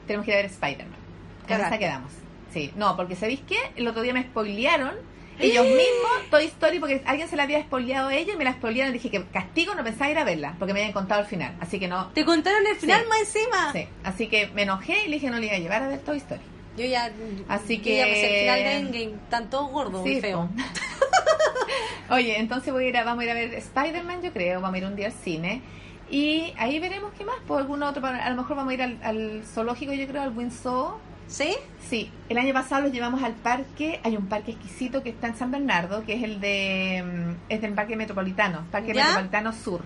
Speaker 1: Tenemos que ir a ver Spider-Man. Con
Speaker 2: Cagaste.
Speaker 1: esa quedamos. Sí, no, porque ¿sabéis qué? El otro día me
Speaker 2: <gasps>
Speaker 1: spoilearon ellos mismos Toy Story porque alguien se la había spoileado a ellos y me la spoilearon. Dije que castigo no pensaba ir a verla porque me habían contado el final. Así que no.
Speaker 2: Te contaron el final
Speaker 1: Sí.
Speaker 2: más encima.
Speaker 1: Sí, así que me enojé y le dije no le iba a llevar a ver Toy Story.
Speaker 2: Yo ya.
Speaker 1: Así
Speaker 2: yo
Speaker 1: que-
Speaker 2: ya pasé el final de Endgame. Están todos gordos, muy
Speaker 1: Sí,
Speaker 2: feo.
Speaker 1: po. <laughs> Oye, entonces voy a ir a- vamos a ir a ver Spider-Man, yo creo. Vamos a ir un día al cine. Y ahí veremos qué más. Por algún otro. A lo mejor vamos a ir al, al zoológico, yo creo, al Windsor.
Speaker 2: ¿Sí?
Speaker 1: Sí, el año pasado los llevamos al parque, hay un parque exquisito que está en San Bernardo, que es el de mm, es del Parque Metropolitano, Parque
Speaker 2: ¿Ya?
Speaker 1: Metropolitano Sur.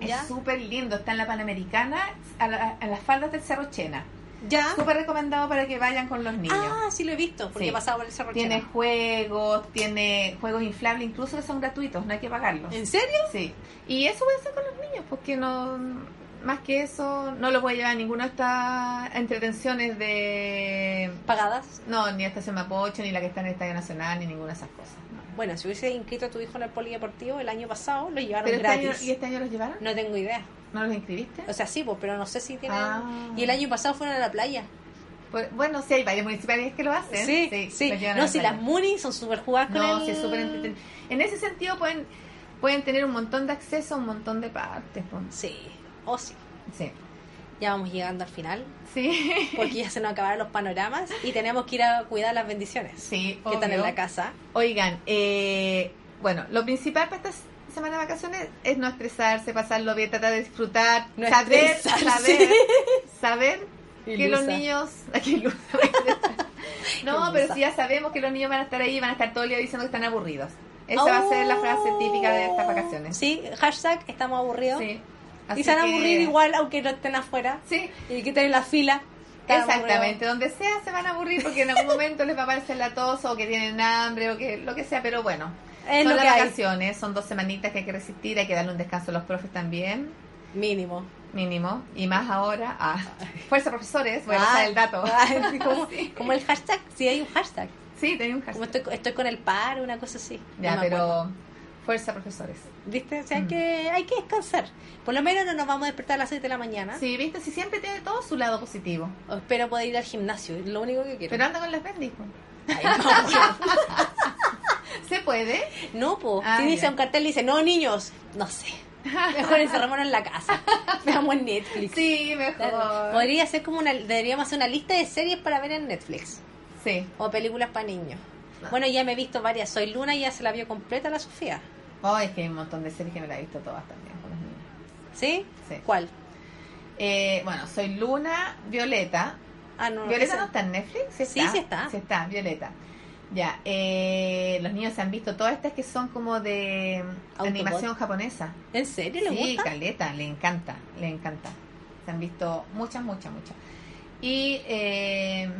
Speaker 2: ¿Ya?
Speaker 1: Es súper lindo, está en la Panamericana, a, la- a las faldas del Cerro Chena.
Speaker 2: ¿Ya?
Speaker 1: Súper recomendado para que vayan con los niños.
Speaker 2: Ah, sí lo he visto, porque
Speaker 1: Sí.
Speaker 2: he pasado por el cerro
Speaker 1: tiene
Speaker 2: Chena.
Speaker 1: juegos, tiene juegos inflables, incluso que son gratuitos, no hay que pagarlos.
Speaker 2: ¿En serio?
Speaker 1: Sí. Y eso voy a hacer con los niños, porque no más que eso no los voy a llevar a ninguna de estas entretenciones de
Speaker 2: ¿Pagadas?
Speaker 1: no, ni Estación Mapocho, ni la que está en el Estadio Nacional, ni ninguna de esas cosas. no.
Speaker 2: Bueno, si hubiese inscrito a tu hijo en el polideportivo el año pasado, lo llevaron
Speaker 1: Pero este año,
Speaker 2: gratis.
Speaker 1: ¿Y este año los llevaron?
Speaker 2: No tengo idea.
Speaker 1: ¿No los inscribiste?
Speaker 2: O sea, sí, pues, pero no sé si tienen.
Speaker 1: Ah.
Speaker 2: Y el año pasado fueron a la playa.
Speaker 1: Pues, bueno, sí, hay varias municipalidades que lo hacen.
Speaker 2: Sí, sí.
Speaker 1: los llevan a
Speaker 2: No,
Speaker 1: las
Speaker 2: si
Speaker 1: playas.
Speaker 2: las Muni son súper jugadas con
Speaker 1: No,
Speaker 2: el-
Speaker 1: sí, es súper entretenido. En ese sentido pueden, pueden tener un montón de acceso a un montón de partes. po.
Speaker 2: Sí, oh sí.
Speaker 1: Sí.
Speaker 2: Ya vamos llegando al final,
Speaker 1: Sí. <laughs>
Speaker 2: porque ya se nos acabaron los panoramas y tenemos que ir a cuidar las bendiciones
Speaker 1: Sí,
Speaker 2: que están en
Speaker 1: obvio.
Speaker 2: la casa.
Speaker 1: Oigan, eh, bueno, lo principal para esta semana de vacaciones es no estresarse, pasarlo bien, tratar de disfrutar,
Speaker 2: No
Speaker 1: saber,
Speaker 2: estresarse.
Speaker 1: saber, saber
Speaker 2: Y
Speaker 1: que los
Speaker 2: Luisa.
Speaker 1: niños... <laughs> Ay, que
Speaker 2: <laughs>
Speaker 1: Luisa. no, pero
Speaker 2: Que Luisa.
Speaker 1: si ya sabemos que los niños van a estar ahí, van a estar todo el día diciendo que están aburridos. Esa va a ser la frase típica de estas vacaciones.
Speaker 2: Oh. Sí, hashtag estamos aburridos.
Speaker 1: Sí.
Speaker 2: y
Speaker 1: Así
Speaker 2: se van a
Speaker 1: que-
Speaker 2: aburrir igual aunque no estén afuera.
Speaker 1: Sí,
Speaker 2: Y que estén en la fila. Están
Speaker 1: Exactamente, donde sea se van a aburrir porque en algún momento les va a parecer la tos o que tienen hambre o que lo que sea, pero bueno,
Speaker 2: aburridos. Es
Speaker 1: son
Speaker 2: lo
Speaker 1: las
Speaker 2: que hay.
Speaker 1: vacaciones, son dos semanitas que hay que resistir, hay que darle un descanso a los profes también,
Speaker 2: Mínimo.
Speaker 1: mínimo, y más ahora
Speaker 2: <laughs>
Speaker 1: a Fuerza Profesores, voy a
Speaker 2: Ah,
Speaker 1: pasar el dato.
Speaker 2: ah,
Speaker 1: <laughs>
Speaker 2: sí, como, como el hashtag, sí hay un hashtag.
Speaker 1: Sí, tenía un hashtag.
Speaker 2: Como estoy, estoy con el par, una cosa así.
Speaker 1: Ya,
Speaker 2: No me acuerdo.
Speaker 1: pero Fuerza Profesores.
Speaker 2: ¿Viste? O sea, hay
Speaker 1: Mm.
Speaker 2: que, hay que descansar. Por lo menos no nos vamos a despertar a las 6 de la mañana.
Speaker 1: Sí, viste, si siempre tiene todo su lado positivo,
Speaker 2: Espero poder ir al gimnasio, es lo único que quiero.
Speaker 1: pero anda con las bendis. po. <laughs> ¿Se puede?
Speaker 2: no, po.
Speaker 1: Ah,
Speaker 2: si dice
Speaker 1: ya.
Speaker 2: un cartel, dice, no, niños, no sé. Mejor encerrémonos en
Speaker 1: <laughs>
Speaker 2: la casa. Veamos en Netflix.
Speaker 1: Sí, mejor.
Speaker 2: Podría ser como una, deberíamos hacer una lista de series para ver en Netflix.
Speaker 1: Sí.
Speaker 2: O películas para niños.
Speaker 1: Ah.
Speaker 2: Bueno, ya me he visto varias. Soy Luna y ya se la vio completa la Sofía.
Speaker 1: Oh, es que hay un montón de series que me las he visto todas también con los niños.
Speaker 2: ¿Sí?
Speaker 1: Sí.
Speaker 2: ¿Cuál?
Speaker 1: Eh, bueno, soy Luna Violeta.
Speaker 2: Ah, no.
Speaker 1: ¿Violeta
Speaker 2: esa-
Speaker 1: no está en Netflix?
Speaker 2: Sí, sí está.
Speaker 1: Sí está, Violeta. Ya, eh, los niños han visto todas estas que son como de
Speaker 2: Autobot.
Speaker 1: animación japonesa.
Speaker 2: ¿En serio le
Speaker 1: sí,
Speaker 2: gusta?
Speaker 1: Caleta, le encanta, le encanta. Se han visto muchas, muchas, muchas. Y eh,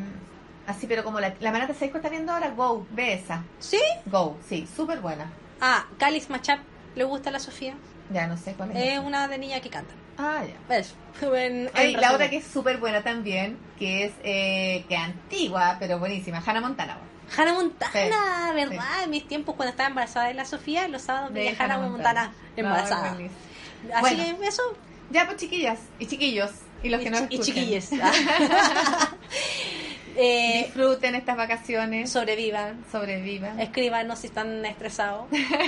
Speaker 1: así, pero como la, la manata 6 está viendo ahora, Go, ve esa.
Speaker 2: ¿Sí?
Speaker 1: Go, sí, súper buena.
Speaker 2: Ah, Calis Machap. ¿Le gusta a la Sofía?
Speaker 1: Ya no sé cuál es.
Speaker 2: Es
Speaker 1: esa.
Speaker 2: una de niña que canta.
Speaker 1: Ah, ya.
Speaker 2: <laughs> ¿Ves? En- en
Speaker 1: Ay, la
Speaker 2: resumen.
Speaker 1: otra que es súper buena también, que es eh, que antigua, pero buenísima, Hannah Montana. bueno.
Speaker 2: Hannah Montana,
Speaker 1: Sí,
Speaker 2: ¿verdad? En mis tiempos cuando estaba embarazada de la Sofía, los sábados
Speaker 1: De
Speaker 2: veía Hannah Montana, embarazada.
Speaker 1: No, es buenísima.
Speaker 2: Así
Speaker 1: Bueno.
Speaker 2: que eso.
Speaker 1: ya, pues chiquillas y chiquillos, y los
Speaker 2: y,
Speaker 1: que no
Speaker 2: chi-
Speaker 1: nos
Speaker 2: y
Speaker 1: escuchen,
Speaker 2: chiquilles.
Speaker 1: <laughs>
Speaker 2: Ah. <laughs> Eh,
Speaker 1: disfruten estas vacaciones,
Speaker 2: sobrevivan.
Speaker 1: sobrevivan.
Speaker 2: Escríbanos si están estresados.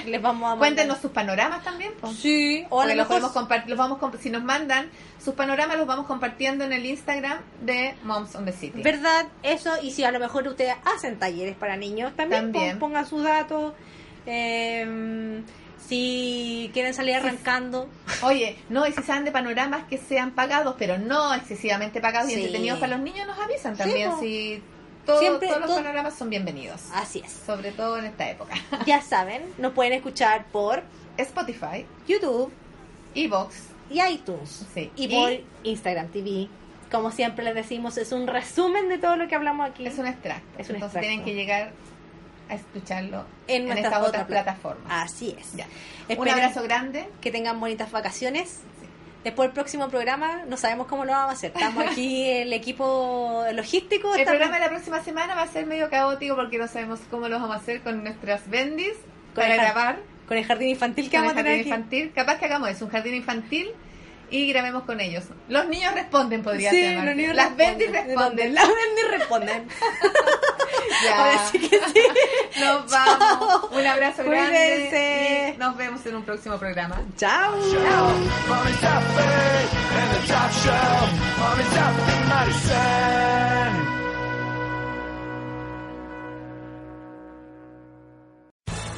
Speaker 2: Les vamos a mandar-
Speaker 1: Cuéntenos sus panoramas también, pues.
Speaker 2: Sí, o a
Speaker 1: Porque los
Speaker 2: lo mejor-
Speaker 1: podemos compartir, los vamos comp- si nos mandan sus panoramas los vamos compartiendo en el Instagram de Moms on the City.
Speaker 2: ¿Verdad? Eso, y si a lo mejor ustedes hacen talleres para niños, también,
Speaker 1: También.
Speaker 2: pon- pongan sus datos. Eh, si quieren salir arrancando,
Speaker 1: Oye, no, y si saben de panoramas que sean pagados, pero no excesivamente pagados
Speaker 2: Sí.
Speaker 1: y entretenidos para los niños, nos avisan
Speaker 2: Sí,
Speaker 1: también.
Speaker 2: po.
Speaker 1: si todo-
Speaker 2: Siempre,
Speaker 1: todos los
Speaker 2: todo-
Speaker 1: panoramas son bienvenidos,
Speaker 2: así es.
Speaker 1: sobre todo en esta época. <laughs>
Speaker 2: Ya saben, nos pueden escuchar por
Speaker 1: Spotify,
Speaker 2: YouTube
Speaker 1: Evox,
Speaker 2: y iTunes.
Speaker 1: Sí.
Speaker 2: Y
Speaker 1: Y-
Speaker 2: por Instagram TV. Como siempre les decimos, es un resumen de todo lo que hablamos aquí
Speaker 1: es un extracto.
Speaker 2: Es un
Speaker 1: Entonces tienen
Speaker 2: extracto.
Speaker 1: que llegar a escucharlo
Speaker 2: en
Speaker 1: en,
Speaker 2: nuestras
Speaker 1: estas
Speaker 2: otras
Speaker 1: otras
Speaker 2: pla-
Speaker 1: plataformas.
Speaker 2: Así es.
Speaker 1: Ya. Un
Speaker 2: Esperen
Speaker 1: abrazo grande.
Speaker 2: que tengan bonitas vacaciones.
Speaker 1: Sí.
Speaker 2: Después el próximo programa, no sabemos cómo lo vamos a hacer. Estamos
Speaker 1: <laughs>
Speaker 2: aquí el equipo logístico.
Speaker 1: El
Speaker 2: está-
Speaker 1: programa de la próxima semana va a ser medio caótico porque no sabemos cómo lo vamos a hacer con nuestras bendis para
Speaker 2: el jar-
Speaker 1: grabar.
Speaker 2: Con el jardín infantil que
Speaker 1: con
Speaker 2: vamos
Speaker 1: el
Speaker 2: a tener
Speaker 1: jardín
Speaker 2: aquí.
Speaker 1: infantil. Capaz que hagamos eso, un jardín infantil y grabemos con ellos. Los niños responden, podría
Speaker 2: Sí,
Speaker 1: ser. Martín.
Speaker 2: los niños
Speaker 1: Las
Speaker 2: responden.
Speaker 1: bendis responden. <laughs>
Speaker 2: Las bendis responden. Ahora sí que sí.
Speaker 1: <laughs> Nos vamos. Un abrazo grande.
Speaker 2: Cuídense.
Speaker 1: Y nos vemos en un próximo programa.
Speaker 2: Chao.
Speaker 3: Mommy's happy in the top shop. Mommy's happy in Madison.